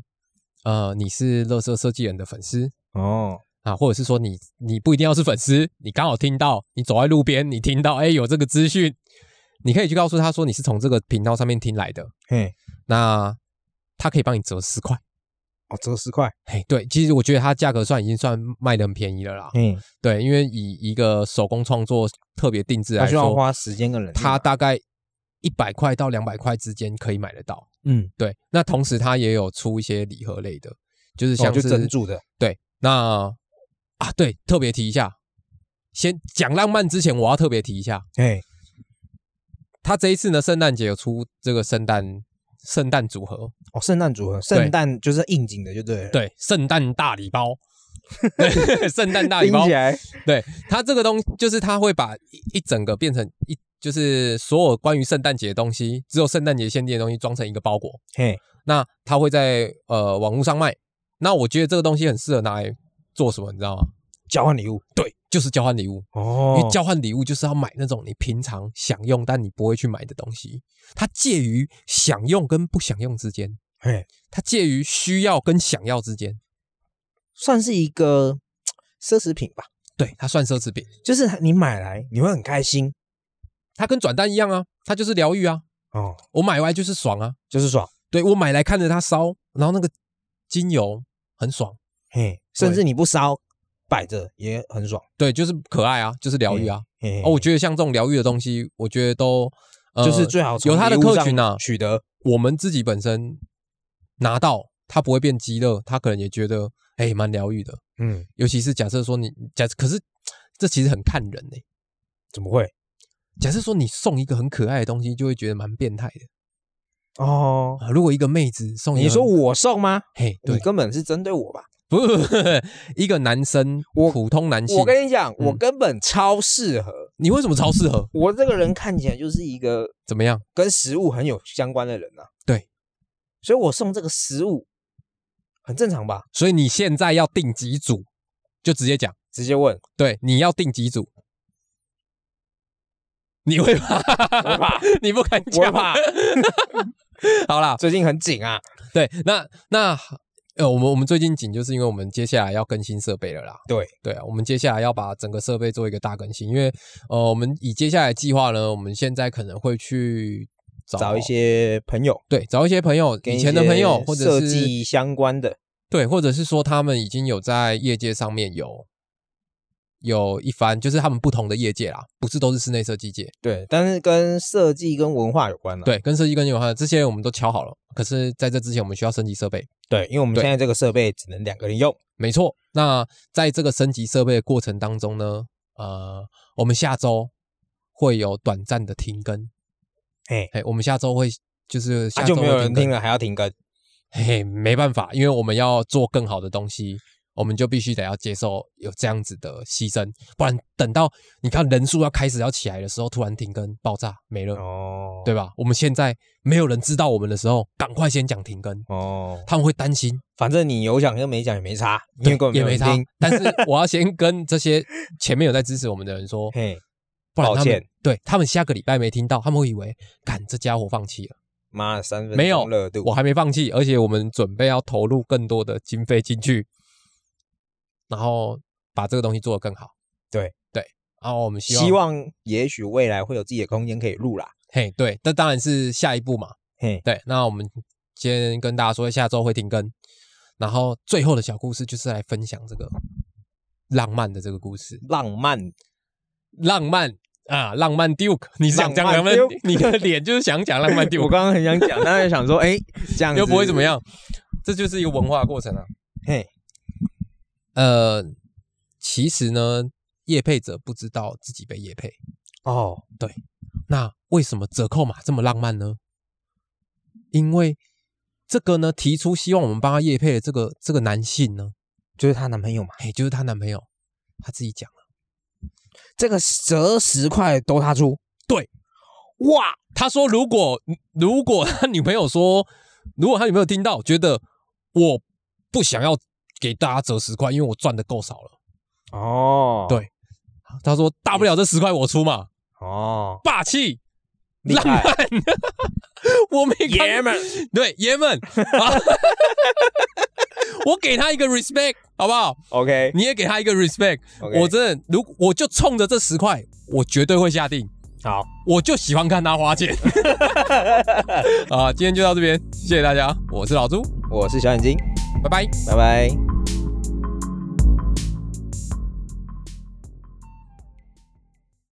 Speaker 1: 呃，你是乐色设计人的粉丝
Speaker 2: 哦，
Speaker 1: 啊，或者是说你你不一定要是粉丝，你刚好听到，你走在路边，你听到，哎，有这个资讯，你可以去告诉他说你是从这个频道上面听来的，
Speaker 2: 嘿，
Speaker 1: 那他可以帮你折十块，
Speaker 2: 哦，折十块，
Speaker 1: 嘿，对，其实我觉得它价格算已经算卖的很便宜了啦。
Speaker 2: 嗯，
Speaker 1: 对，因为以一个手工创作特别定制
Speaker 2: 他
Speaker 1: 来
Speaker 2: 需要
Speaker 1: 说，
Speaker 2: 花时间跟人力嘛，
Speaker 1: 它大概一百块到两百块之间可以买得到。
Speaker 2: 嗯，
Speaker 1: 对，那同时它也有出一些礼盒类的，就是
Speaker 2: 哦
Speaker 1: 像
Speaker 2: 就是整组的，
Speaker 1: 对，那啊，对，特别提一下，先讲浪漫之前，我要特别提一下，
Speaker 2: 哎，
Speaker 1: 他这一次呢，圣诞节有出这个圣诞圣诞组合，
Speaker 2: 哦，圣诞组合，圣诞就是应景的，就对了，，
Speaker 1: 对，圣诞大礼 包，对，圣诞大礼包
Speaker 2: 听起，来，
Speaker 1: 对他这个东就是他会把一一整个变成一，就是所有关于圣诞节的东西，只有圣诞节限定的东西装成一个包裹，
Speaker 2: 嘿，
Speaker 1: 那他会在呃网络上卖，那我觉得这个东西很适合拿来做什么，你知道吗？
Speaker 2: 交换礼物，
Speaker 1: 对，就是交换礼物。
Speaker 2: 哦
Speaker 1: 因为交换礼物就是要买那种你平常想用但你不会去买的东西，它介于想用跟不想用之间，
Speaker 2: 嘿，
Speaker 1: 它介于需要跟想要之间，
Speaker 2: 算是一个奢侈品吧，
Speaker 1: 对，它算奢侈品，
Speaker 2: 就是你买来你会很开心
Speaker 1: 它跟转蛋一样啊，它就是疗愈啊，
Speaker 2: 哦，
Speaker 1: 我买来就是爽啊，
Speaker 2: 就是爽，
Speaker 1: 对我买来看着它烧，然后那个精油很爽，
Speaker 2: 嘿，甚至你不烧摆着也很爽，
Speaker 1: 对，就是可爱啊，就是疗愈啊，
Speaker 2: 嘿，
Speaker 1: 哦，我觉得像这种疗愈的东西，我觉得都、呃
Speaker 2: 嗯就是最好从
Speaker 1: 有它的
Speaker 2: 礼物
Speaker 1: 客
Speaker 2: 上
Speaker 1: 群啊，
Speaker 2: 取得，
Speaker 1: 我们自己本身拿到，他不会变饥饿，他可能也觉得哎蛮疗愈的。
Speaker 2: 嗯，
Speaker 1: 尤其是假设说你假，可是这其实很看人呢、
Speaker 2: 怎么会？
Speaker 1: 假设说你送一个很可爱的东西，就会觉得蛮变态的
Speaker 2: 哦，
Speaker 1: 啊。如果一个妹子送一个
Speaker 2: 你
Speaker 1: 很
Speaker 2: 说我送吗？
Speaker 1: 嘿，
Speaker 2: 你
Speaker 1: 对，
Speaker 2: 根本是针对我吧？
Speaker 1: 不 不不不一个男生，
Speaker 2: 我
Speaker 1: 普通男性
Speaker 2: 我，跟你讲，
Speaker 1: 嗯
Speaker 2: 我根本超适合。
Speaker 1: 你为什么超适合？
Speaker 2: 我这个人看起来就是一个
Speaker 1: 怎么样？
Speaker 2: 跟食物很有相关的人啊。
Speaker 1: 对，
Speaker 2: 所以我送这个食物很正常吧？
Speaker 1: 所以你现在要定几组，就直接讲，
Speaker 2: 直接 问，
Speaker 1: 对，你要定几组？你会 怕？
Speaker 2: 我怕，
Speaker 1: 你不敢
Speaker 2: 我
Speaker 1: 讲？
Speaker 2: 怕，
Speaker 1: 好啦，
Speaker 2: 最近很紧啊。
Speaker 1: 对，那那呃，我们我们最近紧，就是因为我们接下来要更新设备了啦。
Speaker 2: 对
Speaker 1: 对啊，我们接下来要把整个设备做一个大更新，因为呃，我们以接下来计划呢，我们现在可能会去找
Speaker 2: 找一些朋友，
Speaker 1: 对找一些朋友
Speaker 2: 跟
Speaker 1: 以
Speaker 2: 一
Speaker 1: 前的朋友
Speaker 2: 些，
Speaker 1: 或者
Speaker 2: 设
Speaker 1: 是
Speaker 2: 计相关的，
Speaker 1: 对，或者是说他们已经有在业界上面有有一番，就是他们不同的业界啦，不是都是室内设计界，
Speaker 2: 对，但是跟设计跟文化有关啊的、
Speaker 1: 对，跟设计跟有关的这些我们都敲好了，可是在这之前我们需要升级设备。
Speaker 2: 对，因为我们
Speaker 1: 对
Speaker 2: 现在这个设备只能两个人用。
Speaker 1: 没错，那在这个升级设备的过程当中呢，呃，我们下周会有短暂的停更，
Speaker 2: 嘿，
Speaker 1: 嘿，我们下周会就是
Speaker 2: 啊
Speaker 1: 下周
Speaker 2: 就
Speaker 1: 会
Speaker 2: 没有人
Speaker 1: 更
Speaker 2: 听，了，还要停更。
Speaker 1: 嘿嘿，没办法，因为我们要做更好的东西，我们就必须得要接受有这样子的牺牲，不然等到你看人数要开始要起来的时候，突然停更爆炸没了，
Speaker 2: 哦，
Speaker 1: 对吧？我们现在没有人知道我们的时候，赶快先讲停更，
Speaker 2: 哦，
Speaker 1: 他们会担心，
Speaker 2: 反正你有讲跟没讲也没差，因为
Speaker 1: 对
Speaker 2: 根本
Speaker 1: 也
Speaker 2: 没
Speaker 1: 没
Speaker 2: 有
Speaker 1: 差
Speaker 2: 人听。。
Speaker 1: 但是我要先跟这些前面有在支持我们的人说，
Speaker 2: 嘿，
Speaker 1: 不然
Speaker 2: 抱
Speaker 1: 他们
Speaker 2: 歉
Speaker 1: 对他们下个礼拜没听到，他们会以为，干这家伙放弃了，
Speaker 2: 妈的，三分
Speaker 1: 没有
Speaker 2: 钟热度，
Speaker 1: 我还没放弃，而且我们准备要投入更多的经费进去，然后把这个东西做得更好。
Speaker 2: 对
Speaker 1: 对，然后我们希望
Speaker 2: 希望也许未来会有自己的空间可以录啦。
Speaker 1: 嘿对，这当然是下一步嘛。
Speaker 2: 嘿，
Speaker 1: 对，那我们先跟大家说，下周会停更，然后最后的小故事就是来分享这个浪漫的这个故事。
Speaker 2: 浪 漫
Speaker 1: 浪漫啊，浪漫 Duke，你想讲浪
Speaker 2: 浪
Speaker 1: 漫
Speaker 2: 漫 Duke，
Speaker 1: 你的脸就是想讲浪漫
Speaker 2: 我
Speaker 1: Duke，
Speaker 2: 刚刚很想讲，但是 想说，哎，这样子
Speaker 1: 又不会怎么。样，这就是一个文化过程啊。
Speaker 2: 嘿，
Speaker 1: 呃，其实呢，叶配者不知道自己被叶配，
Speaker 2: 哦，
Speaker 1: 那为什么折扣码这么浪漫呢？因为这个呢，提出希望我们帮他叶配的这个这个男性呢，
Speaker 2: 就是她男朋友嘛，
Speaker 1: 嘿，就是她男朋友，他自己讲了，
Speaker 2: 这个折十块都他出。
Speaker 1: 对，
Speaker 2: 哇，
Speaker 1: 他说如果如果他女朋友说，如果他女朋友听到觉得我不想要给大家折十块，因为我赚的够少了，
Speaker 2: 哦，
Speaker 1: 对他说大不了这十块我出嘛，
Speaker 2: 哦，
Speaker 1: 霸气。
Speaker 2: 厉
Speaker 1: 浪
Speaker 2: 害
Speaker 1: 漫，我没看
Speaker 2: 爷们儿，
Speaker 1: 对爷们， 啊我给他一个 respect 好不好？
Speaker 2: ，OK，
Speaker 1: 你也给他一个 respect。
Speaker 2: OK
Speaker 1: 我真的，如我就冲着这十块，我绝对会下定。
Speaker 2: 好，
Speaker 1: 我就喜欢看他花 钱。啊，今天就到这边，谢谢大家，我是老朱。
Speaker 2: 我是小眼睛，
Speaker 1: 拜拜。
Speaker 2: 拜拜。